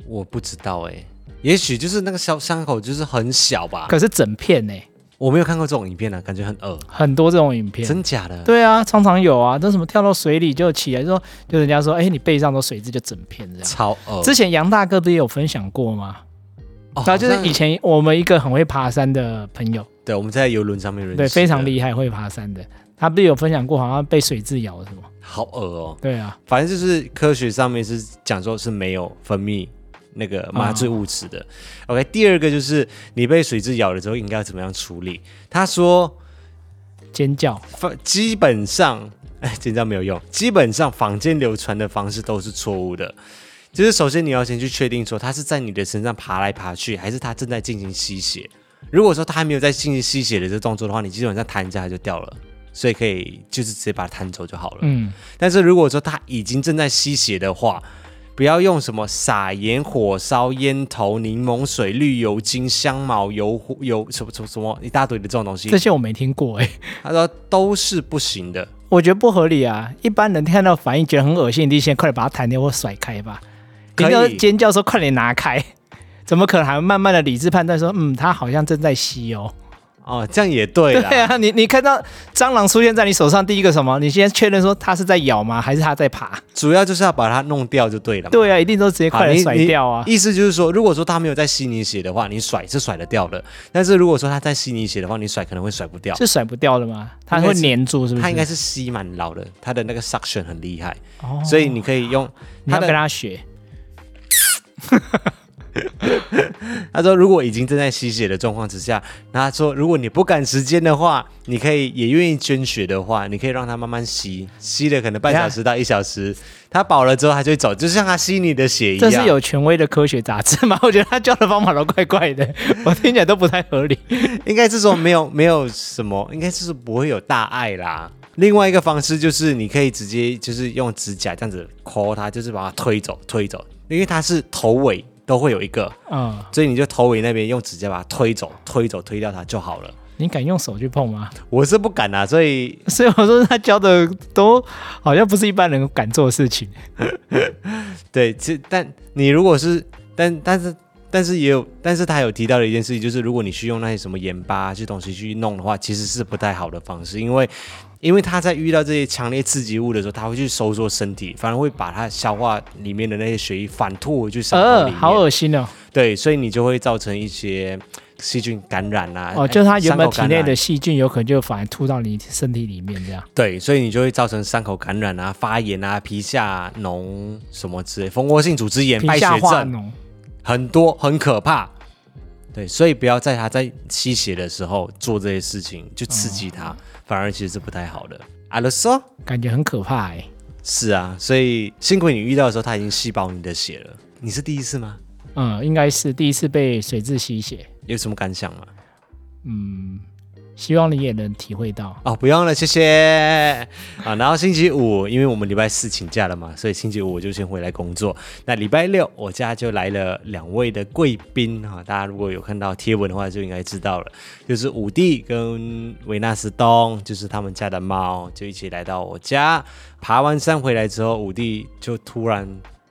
[SPEAKER 1] 我不知道哎、也许就是那个小伤口就是很小吧，
[SPEAKER 2] 可是整片呢、
[SPEAKER 1] 我没有看过这种影片呢、啊，感觉很恶，
[SPEAKER 2] 很多这种影片。
[SPEAKER 1] 真假的？
[SPEAKER 2] 对啊，常常有啊，都什么跳到水里就起来，就说就人家说，哎、你背上都水蛭，就整片这样。
[SPEAKER 1] 超恶。
[SPEAKER 2] 之前杨大哥不是也有分享过吗？啊
[SPEAKER 1] 哦
[SPEAKER 2] 然后就
[SPEAKER 1] 好
[SPEAKER 2] 是
[SPEAKER 1] 像
[SPEAKER 2] 以前我们一个很会爬山的朋友，
[SPEAKER 1] 对我们在游轮上面认识，
[SPEAKER 2] 对，非常厉害会爬山的，他不是有分享过，好像被水蛭咬了什么？
[SPEAKER 1] 害，好恶哦。
[SPEAKER 2] 对啊，
[SPEAKER 1] 反正就是科学上面是讲说是没有分泌那个麻醉物质的。OK，第二个就是你被水蛭咬了之后应该要怎么样处理？他说，
[SPEAKER 2] 尖叫，
[SPEAKER 1] 反基本上，哎，这招没有用，基本上坊间流传的方式都是错误的。就是首先你要先去确定说它是在你的身上爬来爬去，还是它正在进行吸血。如果说它还没有在进行吸血的这动作的话，你基本上弹一下它就掉了，所以可以就是直接把它弹走就好了。
[SPEAKER 2] 嗯，
[SPEAKER 1] 但是如果说他已经正在吸血的话，不要用什么撒盐、火烧、烟头、柠檬水、绿油精、香茅、油糊油什么什么什么一大堆的这种东西
[SPEAKER 2] 这，些我没听过哎、
[SPEAKER 1] 他说都是不行的。
[SPEAKER 2] 我觉得不合理啊。一般人看到反应觉得很恶心，你先快点把它弹掉或甩开吧。
[SPEAKER 1] 可以
[SPEAKER 2] 人家尖叫说快点拿开， 怎么可能还慢慢的理智判断说，嗯，它好像正在吸哦。
[SPEAKER 1] 哦，这样也对啦。
[SPEAKER 2] 对啊，你你看到蟑螂出现在你手上，第一个什么？你先确认说它是在咬吗，还是它在爬？
[SPEAKER 1] 主要就是要把它弄掉就对了嘛。
[SPEAKER 2] 对啊，一定都直接
[SPEAKER 1] 好
[SPEAKER 2] 快点
[SPEAKER 1] 你
[SPEAKER 2] 甩
[SPEAKER 1] 你
[SPEAKER 2] 掉啊。
[SPEAKER 1] 意思就是说，如果说它没有在吸你血的话，你甩是甩得掉的；但是如果说它在吸你血的话，你甩可能会甩不掉。
[SPEAKER 2] 是甩不掉的吗？它
[SPEAKER 1] 应
[SPEAKER 2] 会
[SPEAKER 1] 该是
[SPEAKER 2] 粘住，是不是？
[SPEAKER 1] 它应该是吸蛮牢的，它的那个 suction 很厉害，
[SPEAKER 2] 哦
[SPEAKER 1] 所以你可以用
[SPEAKER 2] 你
[SPEAKER 1] 它
[SPEAKER 2] 要
[SPEAKER 1] 的
[SPEAKER 2] 跟他学。
[SPEAKER 1] 他说，如果已经正在吸血的状况之下，那他说，如果你不赶时间的话，你可以也愿意捐血的话，你可以让他慢慢吸，吸了可能半小时到一小时，他饱了之后他就会走，就像他吸你的血一
[SPEAKER 2] 这
[SPEAKER 1] 样。
[SPEAKER 2] 是有权威的科学杂志吗？我 觉得他教的方法都怪怪的，我听起来都不太合理。
[SPEAKER 1] 应该是说没有没有什么，应该是不会有大碍啦。另外一个方式就是你可以直接就是用指甲这样子抠它，就是把它推走推走，因为它是头尾都会有一个，
[SPEAKER 2] 嗯，
[SPEAKER 1] 所以你就头尾那边用指甲把它推走推走推掉它就好了。
[SPEAKER 2] 你敢用手去碰吗？
[SPEAKER 1] 我是不敢啊，所以
[SPEAKER 2] 所以我说他教的都好像不是一般人敢做的事情。
[SPEAKER 1] 对，其但你如果是但但是但是也有，但是他有提到的一件事情，就是如果你去用那些什么盐巴这些东西去弄的话，其实是不太好的方式，因为因为他在遇到这些强烈刺激物的时候，他会去收缩身体，反而会把它消化里面的那些血液反吐回去伤口
[SPEAKER 2] 呃，
[SPEAKER 1] 里面。
[SPEAKER 2] 好恶心哦！
[SPEAKER 1] 对，所以你就会造成一些细菌感染啊。
[SPEAKER 2] 哦，就是他原本
[SPEAKER 1] 伤口
[SPEAKER 2] 体
[SPEAKER 1] 感
[SPEAKER 2] 内
[SPEAKER 1] 染
[SPEAKER 2] 的细菌有可能就反而吐到你身体里面这样。
[SPEAKER 1] 对，所以你就会造成伤口感染啊、发炎啊、皮下脓什么之类，蜂窝性组织炎、
[SPEAKER 2] 皮
[SPEAKER 1] 败血
[SPEAKER 2] 下化
[SPEAKER 1] 症。
[SPEAKER 2] 脓，
[SPEAKER 1] 很多很可怕。对，所以不要在他在吸血的时候做这些事情，就刺激他，反而其实是不太好的。阿勒说，
[SPEAKER 2] 感觉很可怕哎、
[SPEAKER 1] 是啊，所以幸亏你遇到的时候他已经吸饱你的血了。你是第一次吗？
[SPEAKER 2] 嗯，应该是第一次被水蛭吸血。
[SPEAKER 1] 有什么感想吗？
[SPEAKER 2] 嗯，希望你也能体会到。
[SPEAKER 1] 哦，不用了，谢谢。啊，然后星期五，因为我们礼拜四请假了嘛，所以星期五我就先回来工作。那礼拜六我家就来了两位的贵宾哈、大家如果有看到贴文的话，就应该知道了，就是五弟跟维纳斯东，就是他们家的猫，就一起来到我家。爬完山回来之后，五弟就突然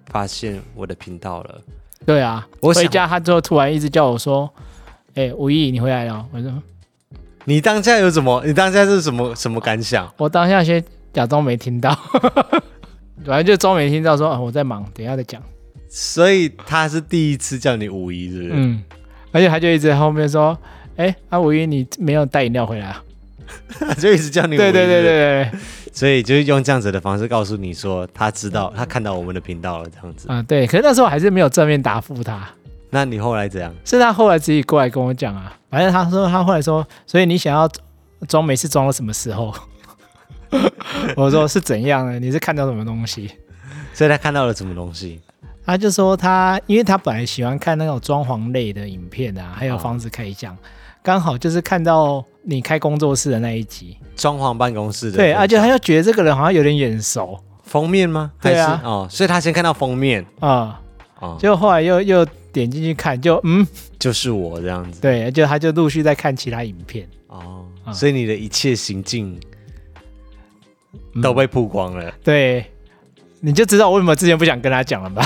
[SPEAKER 1] 发现我的频道了。
[SPEAKER 2] 对啊，
[SPEAKER 1] 我想
[SPEAKER 2] 回家他之后突然一直叫我说：“哎、吴毅，你回来了。”我说
[SPEAKER 1] 你当下有什么？你当下是什么什么感想？：“
[SPEAKER 2] 我当下先假装没听到， 反正就装没听到说，啊我在忙，等一下再讲。
[SPEAKER 1] 所以他是第一次叫你五姨，是不是？”
[SPEAKER 2] 嗯，而且他就一直在后面说：“哎、啊，吴毅，你没有带饮料回来啊
[SPEAKER 1] 就一直叫？”你五姨
[SPEAKER 2] 对对对
[SPEAKER 1] 是不是
[SPEAKER 2] 对对，
[SPEAKER 1] 所以就是用这样子的方式告诉你说，他知道他看到我们的频道了，这样子。
[SPEAKER 2] 嗯，对。可是那时候我还是没有正面答复他。
[SPEAKER 1] 那你后来怎样？
[SPEAKER 2] 是他后来自己过来跟我讲啊，反正他说他后来说，所以你想要装没事装到什么时候？ 我说是怎样呢？你是看到什么东西？
[SPEAKER 1] 所以他看到了什么东西？
[SPEAKER 2] 他就说他，因为他本来喜欢看那种装潢类的影片啊，还有
[SPEAKER 1] 哦
[SPEAKER 2] 房子开箱，刚好就是看到你开工作室的那一集，
[SPEAKER 1] 装潢办公室的
[SPEAKER 2] 对，而且他
[SPEAKER 1] 有
[SPEAKER 2] 就觉得这个人好像有点眼熟
[SPEAKER 1] 封面吗？
[SPEAKER 2] 对啊
[SPEAKER 1] 还是哦，所以他先看到封面
[SPEAKER 2] 啊、
[SPEAKER 1] 哦，就
[SPEAKER 2] 结果后来又又点进去看，就嗯，
[SPEAKER 1] 就是我这样子
[SPEAKER 2] 对，就他就陆续在看其他影片，
[SPEAKER 1] 哦。
[SPEAKER 2] 嗯
[SPEAKER 1] 所以你的一切行径
[SPEAKER 2] 嗯
[SPEAKER 1] 都被曝光了。
[SPEAKER 2] 对，你就知道我为什么之前不想跟他讲了吧。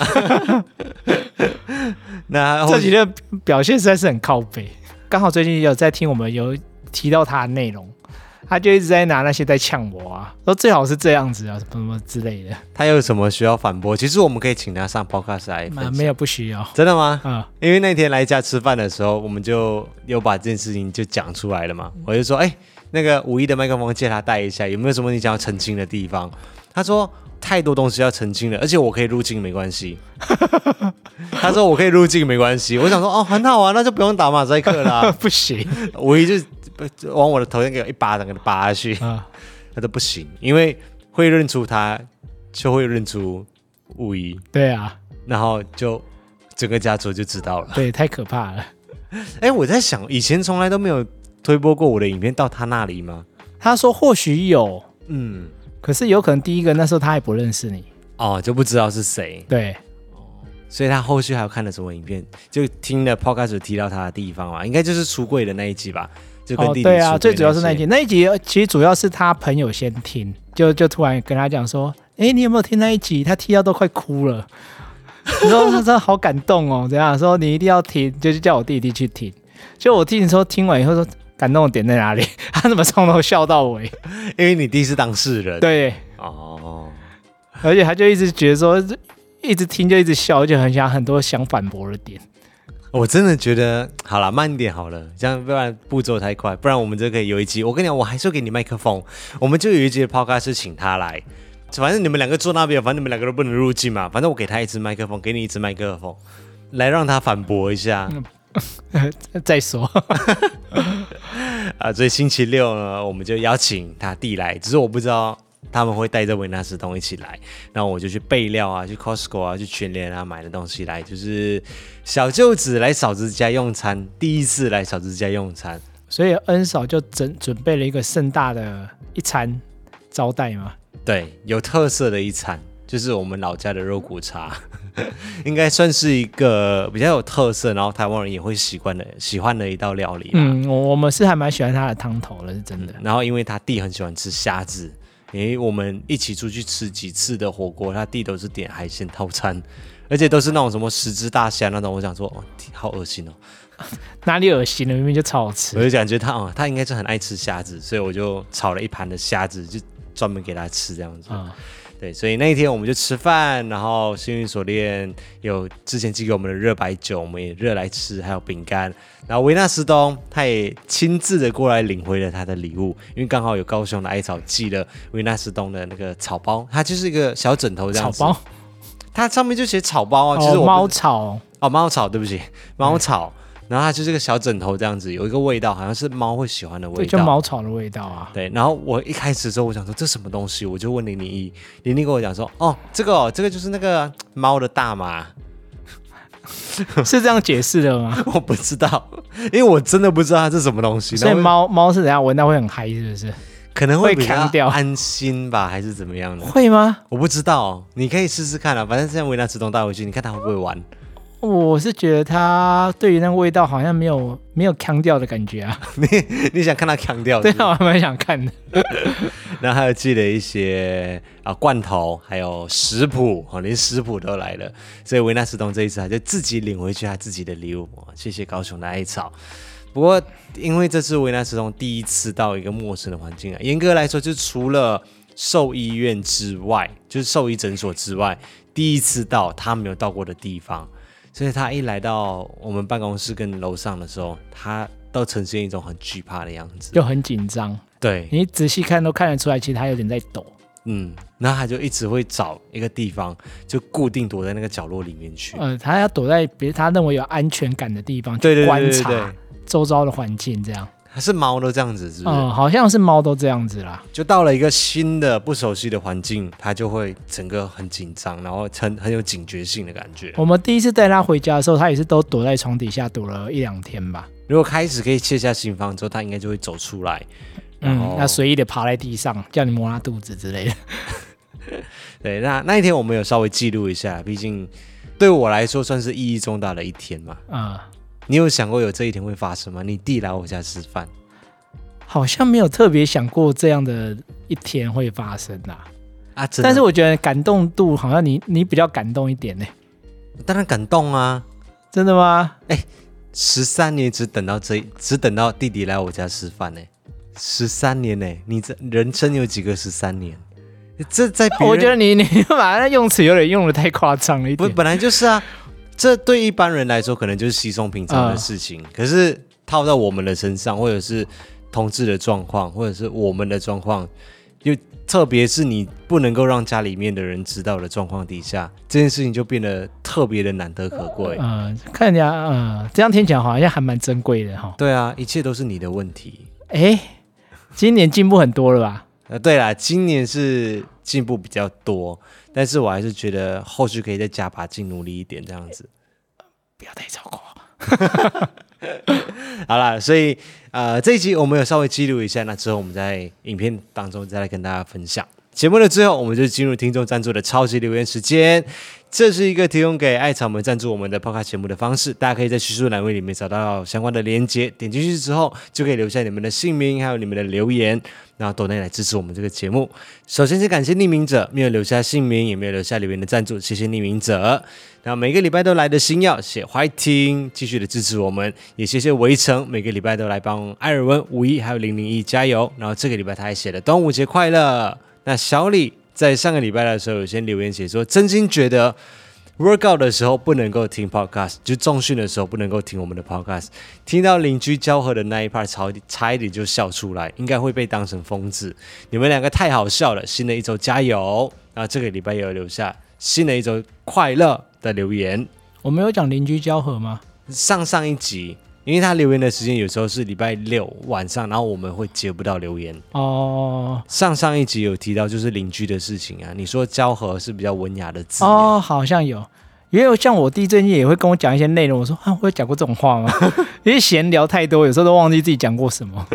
[SPEAKER 1] 那
[SPEAKER 2] 这几天表现实在是很靠背。刚好最近有在听我们有提到他的内容，他就一直在拿那些在呛我啊，说最好是这样子啊，什么什么之类的。
[SPEAKER 1] 他有什么需要反驳？其实我们可以请他上 podcast 来分
[SPEAKER 2] 啊，
[SPEAKER 1] 享。
[SPEAKER 2] 没有不需要
[SPEAKER 1] 真的吗？
[SPEAKER 2] 啊，
[SPEAKER 1] 因为那天来家吃饭的时候，我们就有把这件事情就讲出来了嘛。我就说，哎、那个五一的麦克风借他带一下，有没有什么你想要澄清的地方？他说太多东西要澄清了，而且我可以入境没关系。他说我可以入境没关系，我想说哦很好啊，那就不用打马赛克啦、
[SPEAKER 2] 不行
[SPEAKER 1] 五一就就往我的头上给我一巴掌给他扒下去，
[SPEAKER 2] 啊，
[SPEAKER 1] 他说不行，因为会认出他就会认出五一，
[SPEAKER 2] 对啊，
[SPEAKER 1] 然后就整个家族就知道了。
[SPEAKER 2] 对，太可怕了。
[SPEAKER 1] 哎，我在想，以前从来都没有推播过我的影片到他那里吗？
[SPEAKER 2] 他说或许有，
[SPEAKER 1] 嗯，
[SPEAKER 2] 可是有可能第一个那时候他还不认识你，
[SPEAKER 1] 哦，就不知道是谁，
[SPEAKER 2] 对，
[SPEAKER 1] 所以他后续还有看了什么影片，就听了 podcast 有提到他的地方啊嘛，应该就是出柜的那一集吧，就跟
[SPEAKER 2] 哦
[SPEAKER 1] 弟弟、
[SPEAKER 2] 对啊，最主要是那一
[SPEAKER 1] 一
[SPEAKER 2] 集，那一集呃其实主要是他朋友先听，就就突然跟他讲说，哎、你有没有听那一集？他听到都快哭了， 你说他说好感动哦，怎样？说你一定要听，就是叫我弟弟去听。就我弟弟说听完以后说感动的点在哪里？ 他怎么从头笑到尾？
[SPEAKER 1] 因为你弟是当事人，，
[SPEAKER 2] 对，
[SPEAKER 1] 哦，
[SPEAKER 2] 而且他就一直觉得说，一直听就一直笑，而且很想很多想反驳的点。
[SPEAKER 1] 我真的觉得好了，慢点好了，这样不然步骤太快，不然我们就可以有一集。我跟你讲，我还是会给你麦克风，我们就有一集的 podcast 是请他来。反正你们两个坐那边，反正你们两个都不能入境嘛。反正我给他一支麦克风，给你一支麦克风，来让他反驳一下
[SPEAKER 2] 再说，
[SPEAKER 1] 啊。所以星期六呢，我们就邀请他弟来，只是我不知道他们会带着维纳斯通一起来，然后我就去备料啊，去 Costco 啊，去全联啊买的东西来，就是小舅子来嫂子家用餐，第一次来嫂子家用餐。
[SPEAKER 2] 所以恩嫂就准准备了一个盛大的一餐招待嘛。
[SPEAKER 1] 对，有特色的一餐就是我们老家的肉骨茶， 应该算是一个比较有特色，然后台湾人也会习惯的喜欢的一道料理啦。
[SPEAKER 2] 嗯，我我们是还蛮喜欢他的汤头了，是真的。
[SPEAKER 1] 然后因为他弟很喜欢吃虾子，因为我们一起出去吃几次的火锅，他弟都是点海鲜套餐，而且都是那种什么十只大虾那种。我想说，哦，好恶心哦！
[SPEAKER 2] 哪里恶心了？明明就超好吃
[SPEAKER 1] 我。就感觉他哦，他应该是很爱吃虾子，所以我就炒了一盘的虾子，就专门给他吃这样子。
[SPEAKER 2] 啊、
[SPEAKER 1] 对，所以那一天我们就吃饭，然后幸运锁链有之前寄给我们的热白酒，我们也热来吃，还有饼干。然后维纳斯东他也亲自的过来领回了他的礼物，因为刚好有高雄的艾草寄了维纳斯东的那个草包，它就是一个小枕头这
[SPEAKER 2] 草
[SPEAKER 1] 样子。
[SPEAKER 2] 包，
[SPEAKER 1] 它上面就写草包啊，其实
[SPEAKER 2] 哦，
[SPEAKER 1] 我
[SPEAKER 2] 猫嗯
[SPEAKER 1] 不知
[SPEAKER 2] 草，
[SPEAKER 1] 哦猫草，对不起，猫草。然后它就是个小枕头这样子，有一个味道，好像是猫会喜欢的味
[SPEAKER 2] 对，就
[SPEAKER 1] 道。
[SPEAKER 2] 猫草的味道 啊。
[SPEAKER 1] 对，然后我一开始的时候，我想说这什么东西，我就问零零一，零零跟我讲说，哦，这个哦，这个就是那个猫的大麻，
[SPEAKER 2] 是这样解释的吗？
[SPEAKER 1] 我不知道，因为我真的不知道它是什么东西，
[SPEAKER 2] 所以
[SPEAKER 1] 然后
[SPEAKER 2] 猫猫是怎样闻到会很嗨，是不是？
[SPEAKER 1] 可能会
[SPEAKER 2] 会
[SPEAKER 1] 比较
[SPEAKER 2] 强调
[SPEAKER 1] 安心吧，还是怎么样的，
[SPEAKER 2] 会吗？
[SPEAKER 1] 我不知道，你可以试试看啊，反正现在维纳斯东带回去，你看它会不会玩，
[SPEAKER 2] 我是觉得它对于那个味道好像没有没有腔调的感觉 啊。
[SPEAKER 1] 你想看它强调
[SPEAKER 2] 对
[SPEAKER 1] 是不是
[SPEAKER 2] 啊，我还蛮想看的。
[SPEAKER 1] 然后还有寄了一些啊罐头，还有食谱，哦，连食谱都来了。所以维纳斯东这一次他就自己领回去他自己的礼物，哦谢谢高雄的艾草。不过因为这次维纳斯东第一次到一个陌生的环境啊，严格来说，就除了兽医院之外，就是兽医诊所之外，第一次到他没有到过的地方，所以他一来到我们办公室跟楼上的时候，他都呈现一种很惧怕的样子。
[SPEAKER 2] 就很紧张。
[SPEAKER 1] 对，
[SPEAKER 2] 你仔细看都看得出来，其实它有点在抖。
[SPEAKER 1] 嗯，然后他就一直会找一个地方，就固定躲在那个角落里面去。
[SPEAKER 2] 呃，它要躲在别他认为有安全感的地方
[SPEAKER 1] 对对
[SPEAKER 2] 去
[SPEAKER 1] 对
[SPEAKER 2] 观
[SPEAKER 1] 对对
[SPEAKER 2] 察周遭的环境，这样。
[SPEAKER 1] 它是猫都这样子，是不是？
[SPEAKER 2] 嗯，好像是猫都这样子啦。
[SPEAKER 1] 就到了一个新的不熟悉的环境，它就会整个很紧张，然后很很有警觉性的感觉。
[SPEAKER 2] 我们第一次带它回家的时候，它也是都躲在床底下躲了一两天吧。
[SPEAKER 1] 如果开始可以卸下心防之后，它应该就会走出来。然后
[SPEAKER 2] 嗯，那随意的爬在地上，叫你摸它肚子之类的。
[SPEAKER 1] 对，那那一天我们有稍微记录一下，毕竟对我来说算是意义重大的一天嘛。
[SPEAKER 2] 嗯，
[SPEAKER 1] 你有想过有这一天会发生吗？你弟来我家吃饭，
[SPEAKER 2] 好像没有特别想过这样的一天会发生啊。
[SPEAKER 1] 啊，真的
[SPEAKER 2] 但是我觉得感动度好像你你比较感动一点呢、
[SPEAKER 1] 当然感动啊。
[SPEAKER 2] 真的吗？
[SPEAKER 1] 十三年只等到这，只等到弟弟来我家吃饭呢、十三年呢、你这人生有几个十三年？这在别人
[SPEAKER 2] 我觉得你 你把那用词有点用的太夸张了一
[SPEAKER 1] 不
[SPEAKER 2] 点。
[SPEAKER 1] 本来就是啊，这对一般人来说可能就是稀松平常的事情，
[SPEAKER 2] 啊
[SPEAKER 1] 可是套到我们的身上，或者是同志的状况，或者是我们的状况，又特别是你不能够让家里面的人知道的状况底下，这件事情就变得特别的难得可贵。
[SPEAKER 2] 呃，看人家呃，这样听起来好像还蛮珍贵的哈。
[SPEAKER 1] 对啊，一切都是你的问题。
[SPEAKER 2] 哎，今年进步很多了吧？
[SPEAKER 1] 呃，对啦，今年是进步比较多，但是我还是觉得后续可以再加把劲，努力一点这样子。
[SPEAKER 2] 不要太超过。
[SPEAKER 1] 好啦，所以呃这一集我们有稍微记录一下，那之后我们在影片当中再来跟大家分享。节目的最后，我们就进入听众赞助的超级留言时间。这是一个提供给艾草们赞助我们的 Podcast 节目的方式，大家可以在叙述栏位里面找到相关的连接，点进去之后就可以留下你们的姓名，还有你们的留言，然后抖内来支持我们这个节目。首先是感谢匿名者没有留下姓名，也没有留下留言的赞助，谢谢匿名者。那每个礼拜都来的新药，写欢迎听，继续的支持我们，也谢谢围城，每个礼拜都来帮艾尔文、五一还有零零一加油。然后这个礼拜他还写了端午节快乐。那小李在上个礼拜的时候有先留言写说，真心觉得 workout 的时候不能够听 podcast，就重训的时候不能够听我们的 podcast，听到邻居交合的那一 part，差一点差一点就笑出来，应该会被当成疯子。你们两个太好笑了，新的一周加油！那这个礼拜也有留下新的一周快乐的留言。
[SPEAKER 2] 我们有讲邻居交合吗？
[SPEAKER 1] 上上一集，因为他留言的时间有时候是礼拜六晚上，然后我们会接不到留言。
[SPEAKER 2] 哦
[SPEAKER 1] 上上一集有提到就是邻居的事情啊，你说交合是比较文雅的字眼
[SPEAKER 2] 哦，好像有。因为像我弟最近也会跟我讲一些内容，我说啊，我有讲过这种话 吗？因为闲聊太多，有时候都忘记自己讲过什么。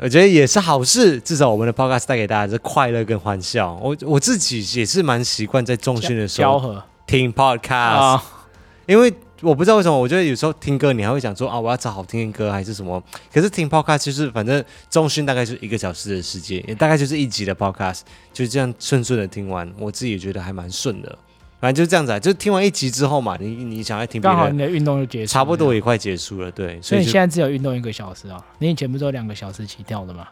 [SPEAKER 1] 我觉得也是好事，至少我们的 podcast 带给大家是快乐跟欢笑。我我自己也是蛮习惯在重训的时
[SPEAKER 2] 交
[SPEAKER 1] 候
[SPEAKER 2] 合
[SPEAKER 1] 听 podcast，、
[SPEAKER 2] 啊，
[SPEAKER 1] 因为我不知道为什么，我觉得有时候听歌你还会想说啊，我要找好听的歌还是什么。可是听 podcast 就是反正重训大概就是一个小时的时间，也大概就是一集的 podcast，就这样顺顺的听完，我自己也觉得还蛮顺的。反正就是这样子啊，就听完一集之后嘛，你你想要听别
[SPEAKER 2] 刚好
[SPEAKER 1] 的
[SPEAKER 2] 你，的运动就结束，
[SPEAKER 1] 差不多。也快结束了，对，所
[SPEAKER 2] 所以
[SPEAKER 1] 以
[SPEAKER 2] 你
[SPEAKER 1] 就
[SPEAKER 2] 现在只有运动一个小时啊？你以前不是有两个小时起跳的吗？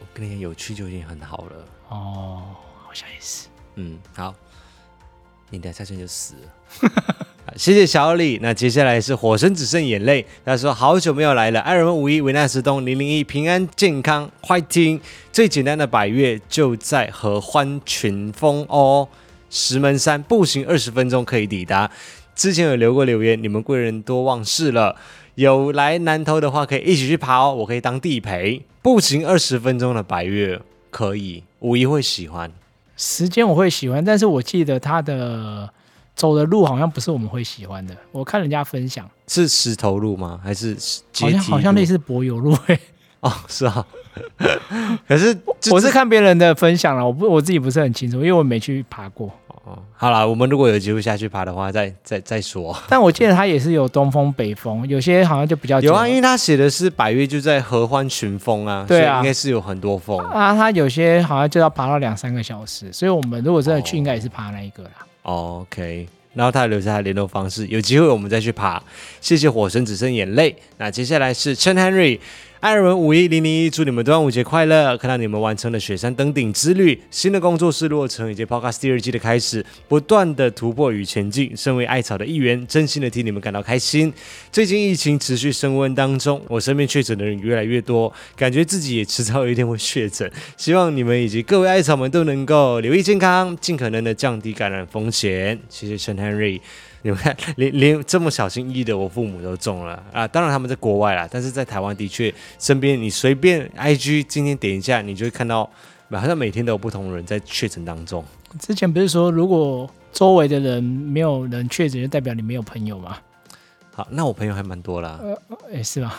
[SPEAKER 1] 我跟你讲，有趣就已经很好了。
[SPEAKER 2] 哦，好像也是。
[SPEAKER 1] 嗯，好，你等下去就死了。 好谢谢小李。那接下来是火神只剩眼泪，他说好久没有来了。爱人们五一维纳斯东零零一平安健康，快听！最简单的百越就在合欢群峰哦，石门山步行二十分钟可以抵达。之前有留过留言，你们贵人多忘事了。有来南投的话，可以一起去爬哦，我可以当地陪。步行二十分钟的百越可以，五一会喜欢。
[SPEAKER 2] 时间我会喜欢，但是我记得他的走的路好像不是我们会喜欢的。我看人家分享，
[SPEAKER 1] 是石头路吗？还是阶
[SPEAKER 2] 好
[SPEAKER 1] 梯
[SPEAKER 2] 像好像类
[SPEAKER 1] 似
[SPEAKER 2] 似柏油路、欸。
[SPEAKER 1] 哦，是啊。 可是这
[SPEAKER 2] 我是看别人的分享了，我不我自己不是很清楚，因为我没去爬过。
[SPEAKER 1] 哦好啦，我们如果有机会下去爬的话，再再再说。
[SPEAKER 2] 但我记得他也是有东风北风，有些好像就比较
[SPEAKER 1] 有啊，
[SPEAKER 2] 久
[SPEAKER 1] 因为他写的是百越就在合欢群峰啊，
[SPEAKER 2] 对啊
[SPEAKER 1] 所以应该是有很多峰
[SPEAKER 2] 啊，他有些好像就要爬到两三个小时，所以我们如果真的去，
[SPEAKER 1] 哦
[SPEAKER 2] 应该也是爬那一个啦。
[SPEAKER 1] 哦 OK，然后他留下他的联络方式，有机会我们再去爬。谢谢火神只剩眼泪。那接下来是 Chen Henry。艾尔文五一零零一，祝你们端午节快乐！看到你们完成了雪山登顶之旅，新的工作室落成以及 Podcast 第二季的开始，不断的突破与前进。身为艾草的一员，真心的替你们感到开心。最近疫情持续升温当中，我身边确诊的人越来越多，感觉自己也迟早有一天会确诊。希望你们以及各位艾草们都能够留意健康，尽可能的降低感染风险。谢谢 Chen Henry。你们看，连连这么小心翼翼的，我父母都中了啊！当然他们在国外啦，但是在台湾的确，身边你随便 IG 今天点一下，你就会看到，好像每天都有不同人在确诊当中。
[SPEAKER 2] 之前不是说，如果周围的人没有人确诊，就代表你没有朋友吗？
[SPEAKER 1] 好，那我朋友还蛮多啦，
[SPEAKER 2] 哎，是吧？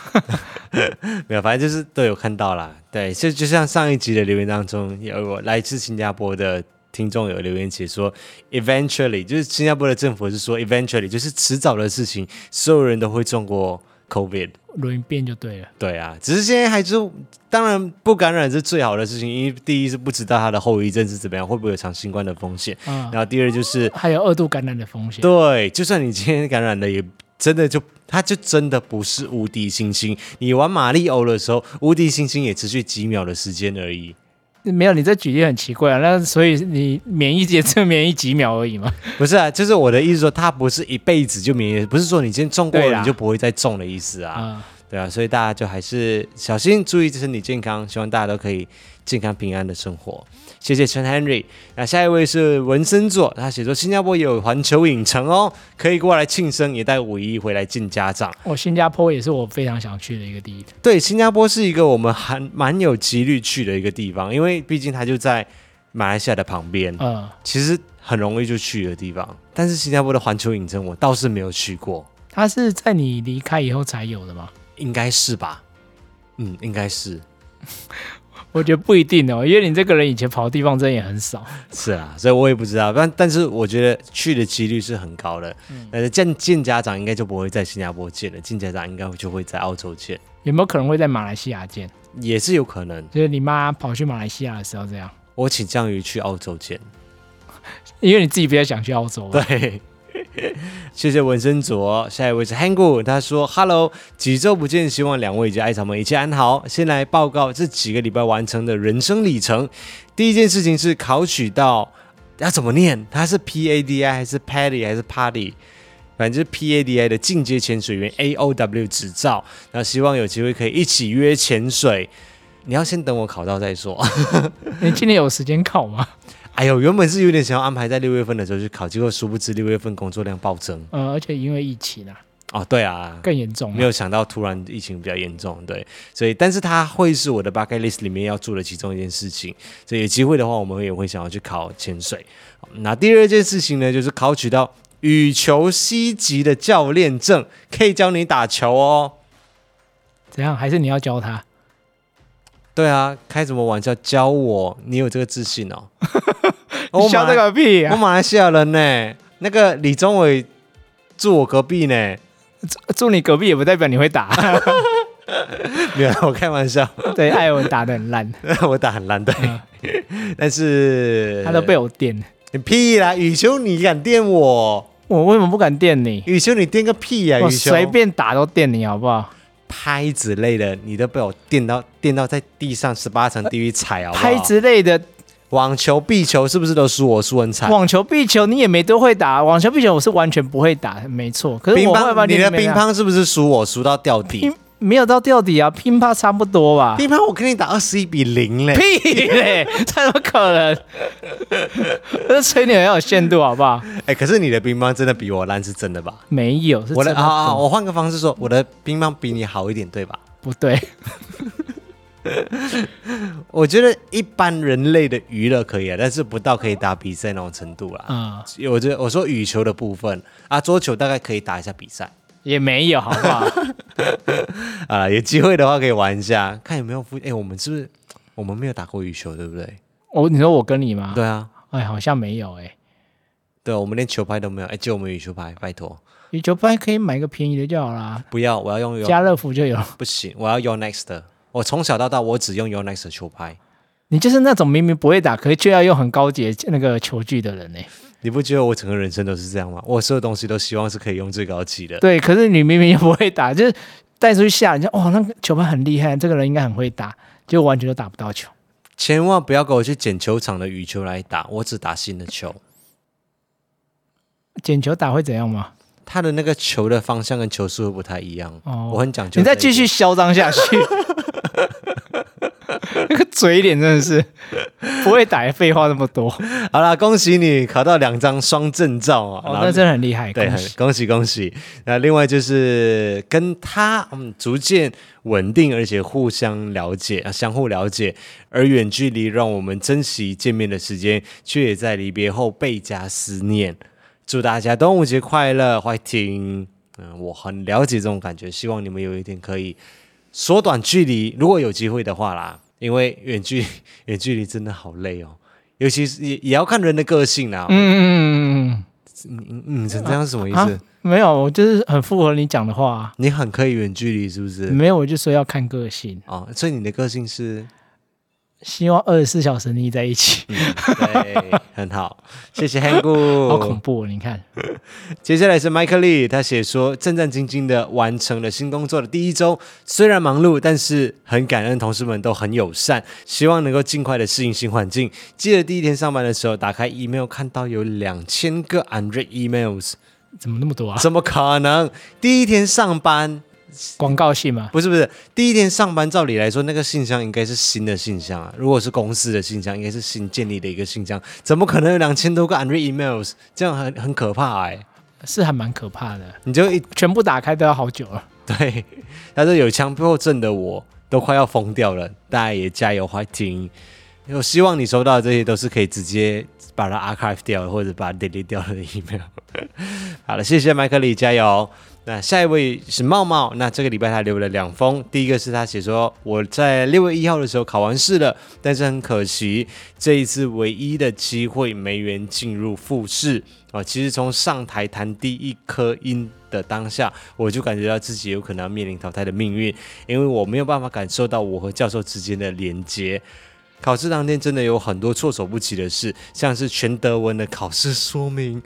[SPEAKER 1] 没有，反正就是都有看到啦。对，就就像上一集的留言当中，有我来自新加坡的听众有留言写说，eventually 就是新加坡的政府是说 eventually 就是迟早的事情，所有人都会中过 COVID。
[SPEAKER 2] 轮变就对了。
[SPEAKER 1] 对啊，只是现在还是当然不感染是最好的事情，因为第一是不知道它的后遗症是怎么样，会不会有长新冠的风险，
[SPEAKER 2] 嗯
[SPEAKER 1] 然后第二就是
[SPEAKER 2] 还有二度感染的风险。
[SPEAKER 1] 对，就算你今天感染了，也真的就它就真的不是无敌星星。你玩马里欧的时候，无敌星星也持续几秒的时间而已。
[SPEAKER 2] 没有，你这举例很奇怪啊。那所以你免疫也只有免疫几秒而已嘛。
[SPEAKER 1] 不是啊，就是我的意思说，它不是一辈子就免疫，不是说你今天中过
[SPEAKER 2] 对
[SPEAKER 1] 了
[SPEAKER 2] 啦
[SPEAKER 1] 你就不会再中的意思 啊。
[SPEAKER 2] 啊、
[SPEAKER 1] 对啊，所以大家就还是小心注意身体健康，希望大家都可以健康平安的生活。谢谢陈 Henry。那下一位是文森佐，他写说新加坡也有环球影城哦，可以过来庆生，也带五一回来见家长。
[SPEAKER 2] 我新加坡也是我非常想去的一个地方。
[SPEAKER 1] 对，新加坡是一个我们还蛮有几率去的一个地方，因为毕竟它就在马来西亚的旁边，
[SPEAKER 2] 嗯，
[SPEAKER 1] 其实很容易就去的地方。但是新加坡的环球影城我倒是没有去过，
[SPEAKER 2] 它是在你离开以后才有的吗？
[SPEAKER 1] 应该是吧？嗯，应该是
[SPEAKER 2] 我觉得不一定哦，因为你这个人以前跑的地方真的也很少。
[SPEAKER 1] 是啊，所以我也不知道，但但是我觉得去的几率是很高的。但是见见家长应该就不会在新加坡见了，见家长应该就会在澳洲见，
[SPEAKER 2] 有没有可能会在马来西亚见？
[SPEAKER 1] 也是有可能。
[SPEAKER 2] 就是你妈跑去马来西亚的时候这样，
[SPEAKER 1] 我倾向于去澳洲见。
[SPEAKER 2] 因为你自己比较想去澳洲。，啊
[SPEAKER 1] 对，谢谢文森卓。下一位是 Hangu，他说：“Hello，几周不见，希望两位以及艾草们一切安好。先来报告这几个礼拜完成的人生里程。第一件事情是考取到要怎么念？它是 P A D I 还是 Paddy 还是 Paddy？反正就是 P A D I 的进阶潜水员 A O W 执照。然后希望有机会可以一起约潜水。你要先等我考到再说。”
[SPEAKER 2] 你今年有时间考吗？
[SPEAKER 1] 哎呦，原本是有点想要安排在六月份的时候去考，结果殊不知六月份工作量暴增。
[SPEAKER 2] 呃，而且因为疫情啊，
[SPEAKER 1] 哦，对啊，
[SPEAKER 2] 更严重、啊。
[SPEAKER 1] 没有想到突然疫情比较严重，对，所以但是它会是我的 bucket list 里面要做的其中一件事情。所以有机会的话，我们也会想要去考潜水。好那第二件事情呢，就是考取到羽球 C 级的教练证，可以教你打球哦。
[SPEAKER 2] 怎样？还是你要教他？
[SPEAKER 1] 对啊，开什么玩笑？教我，你有这个自信 哦？
[SPEAKER 2] 你教这个屁
[SPEAKER 1] 我
[SPEAKER 2] 啊！
[SPEAKER 1] 马来西亚人呢，那个李宗伟住我隔壁呢，
[SPEAKER 2] 住哦你隔壁也不代表你会打。
[SPEAKER 1] 没有啦，我开玩笑，
[SPEAKER 2] 对，艾文打的很烂，
[SPEAKER 1] 我打很烂对， 但是
[SPEAKER 2] 嗯他都被我电。
[SPEAKER 1] 你屁啦，雨修你敢电我？
[SPEAKER 2] 我为什么不敢电你？
[SPEAKER 1] 雨修你电个屁呀、
[SPEAKER 2] 我
[SPEAKER 1] 雨修
[SPEAKER 2] 随便打都电你好不好？
[SPEAKER 1] 拍子类的，你都被我电到电到在地上十八层地狱踩好不好？
[SPEAKER 2] 呃拍之类的，
[SPEAKER 1] 网球、壁球是不是都输我输很惨？
[SPEAKER 2] 网球、壁球你也没都会打，网球、壁球我是完全不会打，没错。可是
[SPEAKER 1] 乒
[SPEAKER 2] 我会把
[SPEAKER 1] 乓，你的
[SPEAKER 2] 没
[SPEAKER 1] 乒
[SPEAKER 2] 打
[SPEAKER 1] 乓是不是输我输到掉地？啊
[SPEAKER 2] 乒没有到吊底啊，乒乓差不多吧。
[SPEAKER 1] 乒乓我跟你打二十一比零嘞，
[SPEAKER 2] 屁嘞， 怎么可 能？这吹牛要有限度好不好？
[SPEAKER 1] 哎、可是你的乒乓真的比我烂是真的吧？
[SPEAKER 2] 没有，是
[SPEAKER 1] 我
[SPEAKER 2] 真
[SPEAKER 1] 的
[SPEAKER 2] 的
[SPEAKER 1] 啊啊，我换个方式说，我的乒乓比你好一点，对吧？
[SPEAKER 2] 不对。
[SPEAKER 1] 我觉得一般人类的娱乐可以啊，但是不到可以打比赛那种程度啦。
[SPEAKER 2] 啊、
[SPEAKER 1] 我觉得我说羽球的部分啊，桌球大概可以打一下比赛
[SPEAKER 2] 也没有，好不好？
[SPEAKER 1] 啊，有机会的话可以玩一下，看有没有附。哎、我们是不是我们没有打过羽球，对不对？
[SPEAKER 2] 我你说我跟你吗？，
[SPEAKER 1] 对啊，
[SPEAKER 2] 哎，好像没有哎、
[SPEAKER 1] 对啊，我们连球拍都没有。哎、借我们羽球拍，拜托，
[SPEAKER 2] 羽球拍可以买个便宜的就好啦，
[SPEAKER 1] 不要，我要用 U，
[SPEAKER 2] 家乐福就有。
[SPEAKER 1] 不行，我要用 Next 的。我从小到大我只用 U Next 的球拍，
[SPEAKER 2] 你就是那种明明不会打，可是却要用很高级的那个球具的人呢、哎
[SPEAKER 1] 你不觉得我整个人生都是这样吗？我所有东西都希望是可以用最高级的。
[SPEAKER 2] 对，可是你明明又不会打，就是带出去吓人家，哦，那个球拍很厉害，这个人应该很会打，就完全都打不到球。
[SPEAKER 1] 千万不要给我去捡球场的羽球来打，我只打新的球。
[SPEAKER 2] 捡球打会怎样吗？
[SPEAKER 1] 它的那个球的方向跟球速会不太一样，
[SPEAKER 2] 哦
[SPEAKER 1] 我很讲究。
[SPEAKER 2] 你再继续，嚣张 下去，那个嘴脸真的是不会打，废话那么多。
[SPEAKER 1] 好啦，恭喜你考到两张双证照啊！
[SPEAKER 2] 哦
[SPEAKER 1] 然，后
[SPEAKER 2] 那真的很厉害，
[SPEAKER 1] 对，
[SPEAKER 2] 恭
[SPEAKER 1] 很
[SPEAKER 2] 喜
[SPEAKER 1] 恭喜恭喜。那另外就是跟他嗯逐渐稳定，而且互相了解，啊相互了解。而远距离让我们珍惜见面的时间，却也在离别后倍加思念。祝大家端午节快乐，欢迎！嗯，我很了解这种感觉，希望你们有一天可以缩短距离，如果有机会的话啦，因为远距 远距离真的好累哦，尤其是也也要看人的个性啦。嗯
[SPEAKER 2] 嗯嗯
[SPEAKER 1] 嗯嗯，成这样是什么意
[SPEAKER 2] 嗯嗯
[SPEAKER 1] 思？
[SPEAKER 2] 啊，没有，我就是很符合你讲的话、啊。
[SPEAKER 1] 你很可以远距离，是不是？
[SPEAKER 2] 没有，我就说要看个性，
[SPEAKER 1] 哦，所以你的个性是，
[SPEAKER 2] 希望二十四小时腻在一起。
[SPEAKER 1] 嗯、对，很 好，谢谢 Han 姑。
[SPEAKER 2] 好恐怖、哦，你看，
[SPEAKER 1] 接下来是 Michael Lee，他写说战战兢兢的完成了新工作的第一周，虽然忙碌，但是很感恩同事们都很友善，希望能够尽快的适应新环境。记得第一天上班的时候，打开 email 看到有两千个 unread emails，
[SPEAKER 2] 怎么那么多啊？
[SPEAKER 1] 怎么可能？第一天上班
[SPEAKER 2] 广告信嘛，
[SPEAKER 1] 不是不是，第一天上班，照理来说，那个信箱应该是新的信箱啊。如果是公司的信箱，应该是新建立的一个信箱，怎么可能有两千多个 unread emails？这样很很可怕哎、
[SPEAKER 2] 是还蛮可怕的，
[SPEAKER 1] 你就一
[SPEAKER 2] 全部打开都要好久了。
[SPEAKER 1] 对，他说有强迫症的我都快要疯掉了，大家也加油，fighting！我希望你收到的这些都是可以直接把它 archive 掉的，或者把它 delete 掉的 email。好了，谢谢麦克里，加油！那下一位是茂茂，那这个礼拜他留了两封，第一个是他写说我在六月一号的时候考完试了，但是很可惜，这一次唯一的机会没缘进入复试啊。其实从上台弹第一颗音的当下，我就感觉到自己有可能要面临淘汰的命运，因为我没有办法感受到我和教授之间的连接。考试当天真的有很多措手不及的事，像是全德文的考试说明、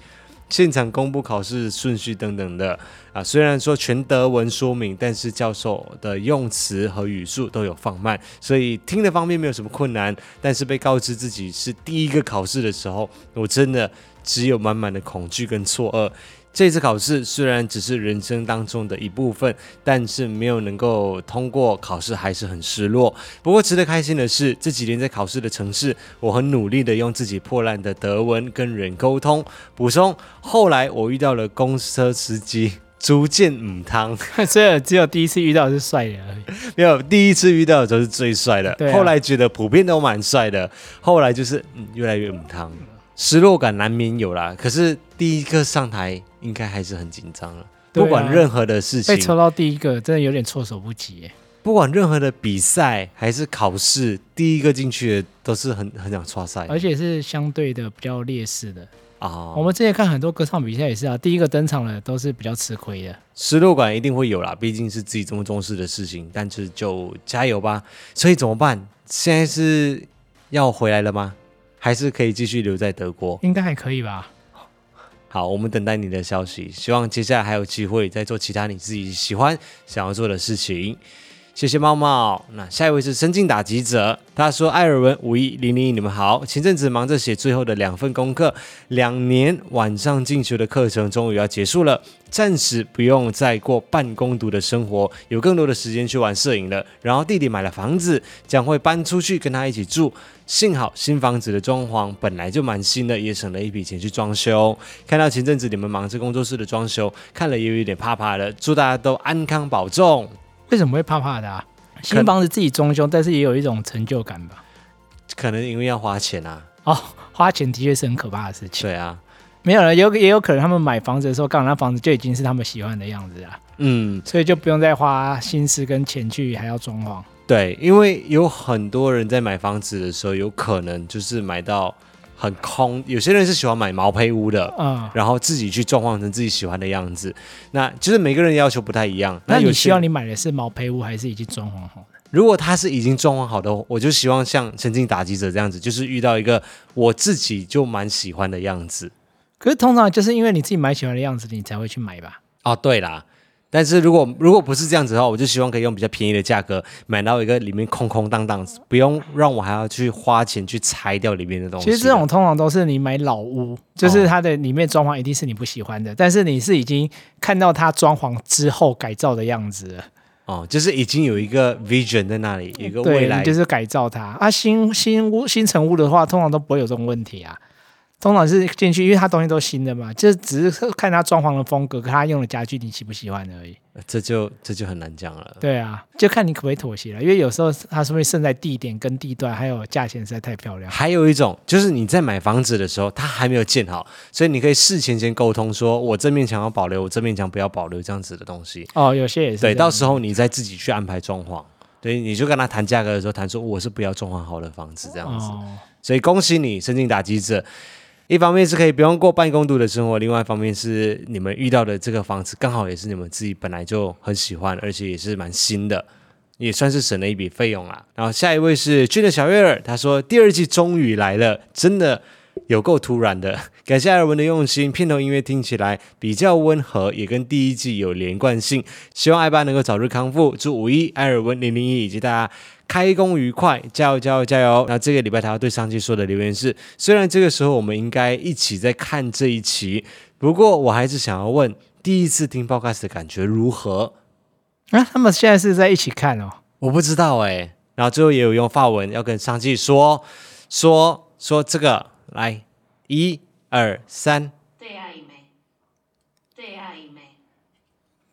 [SPEAKER 1] 现场公布考试顺序等等的啊。虽然说全德文说明，但是教授的用词和语速都有放慢，所以听的方面没有什么困难。但是被告知自己是第一个考试的时候，我真的只有满满的恐惧跟错愕。这次考试虽然只是人生当中的一部分，但是没有能够通过考试还是很失落。不过值得开心的是，这几年在考试的城市，我很努力的用自己破烂的德文跟人沟通。补充，后来我遇到了公车司机。逐渐母汤，
[SPEAKER 2] 所以只有第一次遇到是帅的而已。
[SPEAKER 1] 没有第一次遇到的时候是最帅的，
[SPEAKER 2] 对啊
[SPEAKER 1] 后来觉得普遍都蛮帅的，后来就是嗯越来越母汤，失落感难免有啦。可是第一个上台应该还是很紧张了，
[SPEAKER 2] 对啊
[SPEAKER 1] 不管任何的事
[SPEAKER 2] 被
[SPEAKER 1] 情，
[SPEAKER 2] 抽到第一个，真的有点措手不及耶。
[SPEAKER 1] 不管任何的比赛还是考试，第一个进去的都是很很想刷赛的，
[SPEAKER 2] 而且是相对的比较劣势的。
[SPEAKER 1] 啊
[SPEAKER 2] 我，们之前看很多歌唱比赛也是啊，第一个登场的都是比较吃亏的。
[SPEAKER 1] 失落感一定会有啦，毕竟是自己这么重视的事情，但是就加油吧。所以怎么办？现在是要回来了吗？还是可以继续留在德国？
[SPEAKER 2] 应该还可以吧？
[SPEAKER 1] 好，我们等待你的消息，希望接下来还有机会再做其他你自己喜欢、想要做的事情。谢谢猫猫。那下一位是深进打击者，他说：“艾尔文、五一零零一，你们好。前阵子忙着写最后的两份功课，两年晚上进修的课程终于要结束了，暂时不用再过半工读的生活，有更多的时间去玩摄影了。然后弟弟买了房子，将会搬出去跟他一起住。幸好新房子的装潢本来就蛮新的，也省了一笔钱去装修。看到前阵子你们忙着工作室的装修，看了也有一点怕怕的。祝大家都安康保重。”
[SPEAKER 2] 为什么会怕怕的啊？新房子自己装修，但是也有一种成就感吧？
[SPEAKER 1] 可能因为要花钱啊，
[SPEAKER 2] 哦，花钱的确是很可怕的事情。
[SPEAKER 1] 对啊，
[SPEAKER 2] 没有了，有也有可能他们买房子的时候，刚好那房子就已经是他们喜欢的样子啊，
[SPEAKER 1] 嗯，
[SPEAKER 2] 所以就不用再花心思跟钱去还要装潢。
[SPEAKER 1] 对，因为有很多人在买房子的时候，有可能就是买到很空，有些人是喜欢买毛坯屋的。
[SPEAKER 2] 嗯，
[SPEAKER 1] 然后自己去装潢成自己喜欢的样子，那就是每个人要求不太一样。
[SPEAKER 2] 那
[SPEAKER 1] 有些
[SPEAKER 2] 你希望你买的是毛坯屋还是已经装潢好的？
[SPEAKER 1] 如果他是已经装潢好的，我就希望像曾经打击者这样子，就是遇到一个我自己就蛮喜欢的样子。
[SPEAKER 2] 可是通常就是因为你自己买喜欢的样子，你才会去买吧？
[SPEAKER 1] 哦，对啦，但是如果如果不是这样子的话，我就希望可以用比较便宜的价格买到一个里面空空荡荡，不用让我还要去花钱去拆掉里面的东西。哦
[SPEAKER 2] 其实这种通常都是你买老屋，就是它的里面装潢一定是你不喜欢的，但是你是已经看到它装潢之后改造的样子了，
[SPEAKER 1] 哦，就是已经有一个 vision 在那里，有一个未
[SPEAKER 2] 对，
[SPEAKER 1] 来
[SPEAKER 2] 你就是改造它。啊，新新屋新成屋的话，通常都不会有这种问题啊。通常是进去，因为它东西都新的嘛，就只是看它装潢的风格，跟它用的家具你喜不喜欢而已。
[SPEAKER 1] 这就这就很难讲了。
[SPEAKER 2] 对啊，就看你可不可以妥协了，因为有时候它说不定胜在地点跟地段，还有价钱实在太漂亮。
[SPEAKER 1] 还有一种就是你在买房子的时候，它还没有建好，所以你可以事前先沟通说，我这面墙要保留，我这面墙不要保留这样子的东西。
[SPEAKER 2] 哦，有些也是这
[SPEAKER 1] 对，
[SPEAKER 2] 样。
[SPEAKER 1] 到时候你再自己去安排装潢。对，你就跟他谈价格的时候，谈说我是不要装潢好的房子这样子。
[SPEAKER 2] 哦，
[SPEAKER 1] 所以恭喜你申请打击者。一方面是可以不用过半工读的生活，另外一方面是你们遇到的这个房子刚好也是你们自己本来就很喜欢，而且也是蛮新的，也算是省了一笔费用啦。然后下一位是俊的小月儿，他说第二季终于来了，真的有够突然的，感谢艾尔文的用心。片头音乐听起来比较温和，也跟第一季有连贯性。希望艾爸能够早日康复，祝五一、艾尔文、零零一以及大家开工愉快，加油加油加油！那这个礼拜他要对上期说的留言是：虽然这个时候我们应该一起在看这一期，不过我还是想要问，第一次听 podcast 的感觉如何？
[SPEAKER 2] 啊，他们现在是在一起看哦。
[SPEAKER 1] 我不知道哎、
[SPEAKER 2] 欸
[SPEAKER 1] 然后最后也有用法文要跟上期说说说这个，来，一二三，
[SPEAKER 4] 对爱美，对爱美，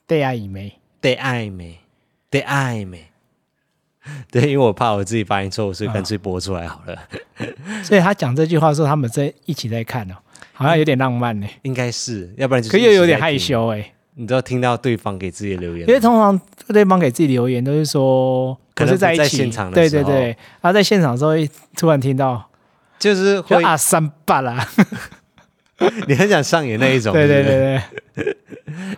[SPEAKER 2] 对啊，以梅，
[SPEAKER 1] 得爱美，得爱美。 对，因为我怕我自己发音错误，所以干
[SPEAKER 2] 啊
[SPEAKER 1] 脆播出来好了。
[SPEAKER 2] 所以他讲这句话的时候，他们在一起在看哦，好像有点浪漫呢、
[SPEAKER 1] 应该是，要不然就是
[SPEAKER 2] 可
[SPEAKER 1] 一
[SPEAKER 2] 又
[SPEAKER 1] 直
[SPEAKER 2] 有点
[SPEAKER 1] 在
[SPEAKER 2] 害
[SPEAKER 1] 听。
[SPEAKER 2] 羞哎、
[SPEAKER 1] 你知道听到对方给自己的留言吗，
[SPEAKER 2] 因为通常对方给自己留言都是说
[SPEAKER 1] 可
[SPEAKER 2] 不
[SPEAKER 1] 能
[SPEAKER 2] 是在一
[SPEAKER 1] 不在
[SPEAKER 2] 起，
[SPEAKER 1] 现场的
[SPEAKER 2] 对
[SPEAKER 1] 时
[SPEAKER 2] 对
[SPEAKER 1] 候
[SPEAKER 2] 对，然后在现场的时候一突然听到
[SPEAKER 1] 就是
[SPEAKER 2] 就
[SPEAKER 1] 会，
[SPEAKER 2] 啊三八啦，
[SPEAKER 1] 你很想上演那 一种，
[SPEAKER 2] 对
[SPEAKER 1] 是
[SPEAKER 2] 对
[SPEAKER 1] 不是，
[SPEAKER 2] 对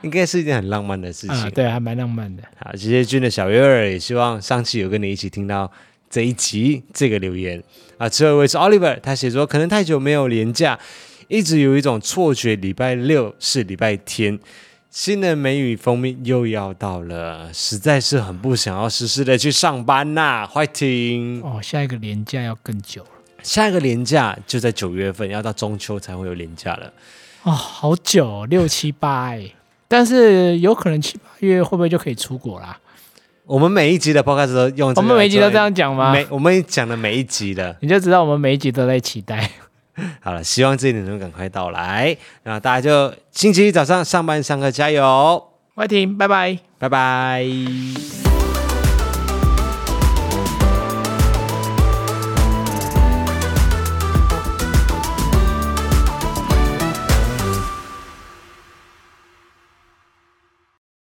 [SPEAKER 1] 应该是一件很浪漫的事
[SPEAKER 2] 对，啊
[SPEAKER 1] 情。
[SPEAKER 2] 对，还蛮浪漫的。
[SPEAKER 1] 好，谢谢君的小月儿，也希望上期有跟你一起听到这一集这个留言啊。最后一位是 Oliver，他写说可能太久没有连假，一直有一种错觉，礼拜六是礼拜天。新的梅雨蜂蜜又要到了，实在是很不想要实时的去上班呐、坏听，
[SPEAKER 2] 哦，下一个年假要更久了，
[SPEAKER 1] 下一个连假就在九月份，要到中秋才会有连假了。
[SPEAKER 2] 哦，好久哦、六七八哎，但是有可能七八月会不会就可以出国啦？
[SPEAKER 1] 我们每一集的 podcast 都用、
[SPEAKER 2] 我们每一集都这样讲吗
[SPEAKER 1] 每我们讲的每一集的，
[SPEAKER 2] 你就知道我们每一集都在期待。
[SPEAKER 1] 好了，希望这一点能赶快到来。那大家就星期一早上上班上课加油，
[SPEAKER 2] 外婷，拜拜。
[SPEAKER 1] 拜拜。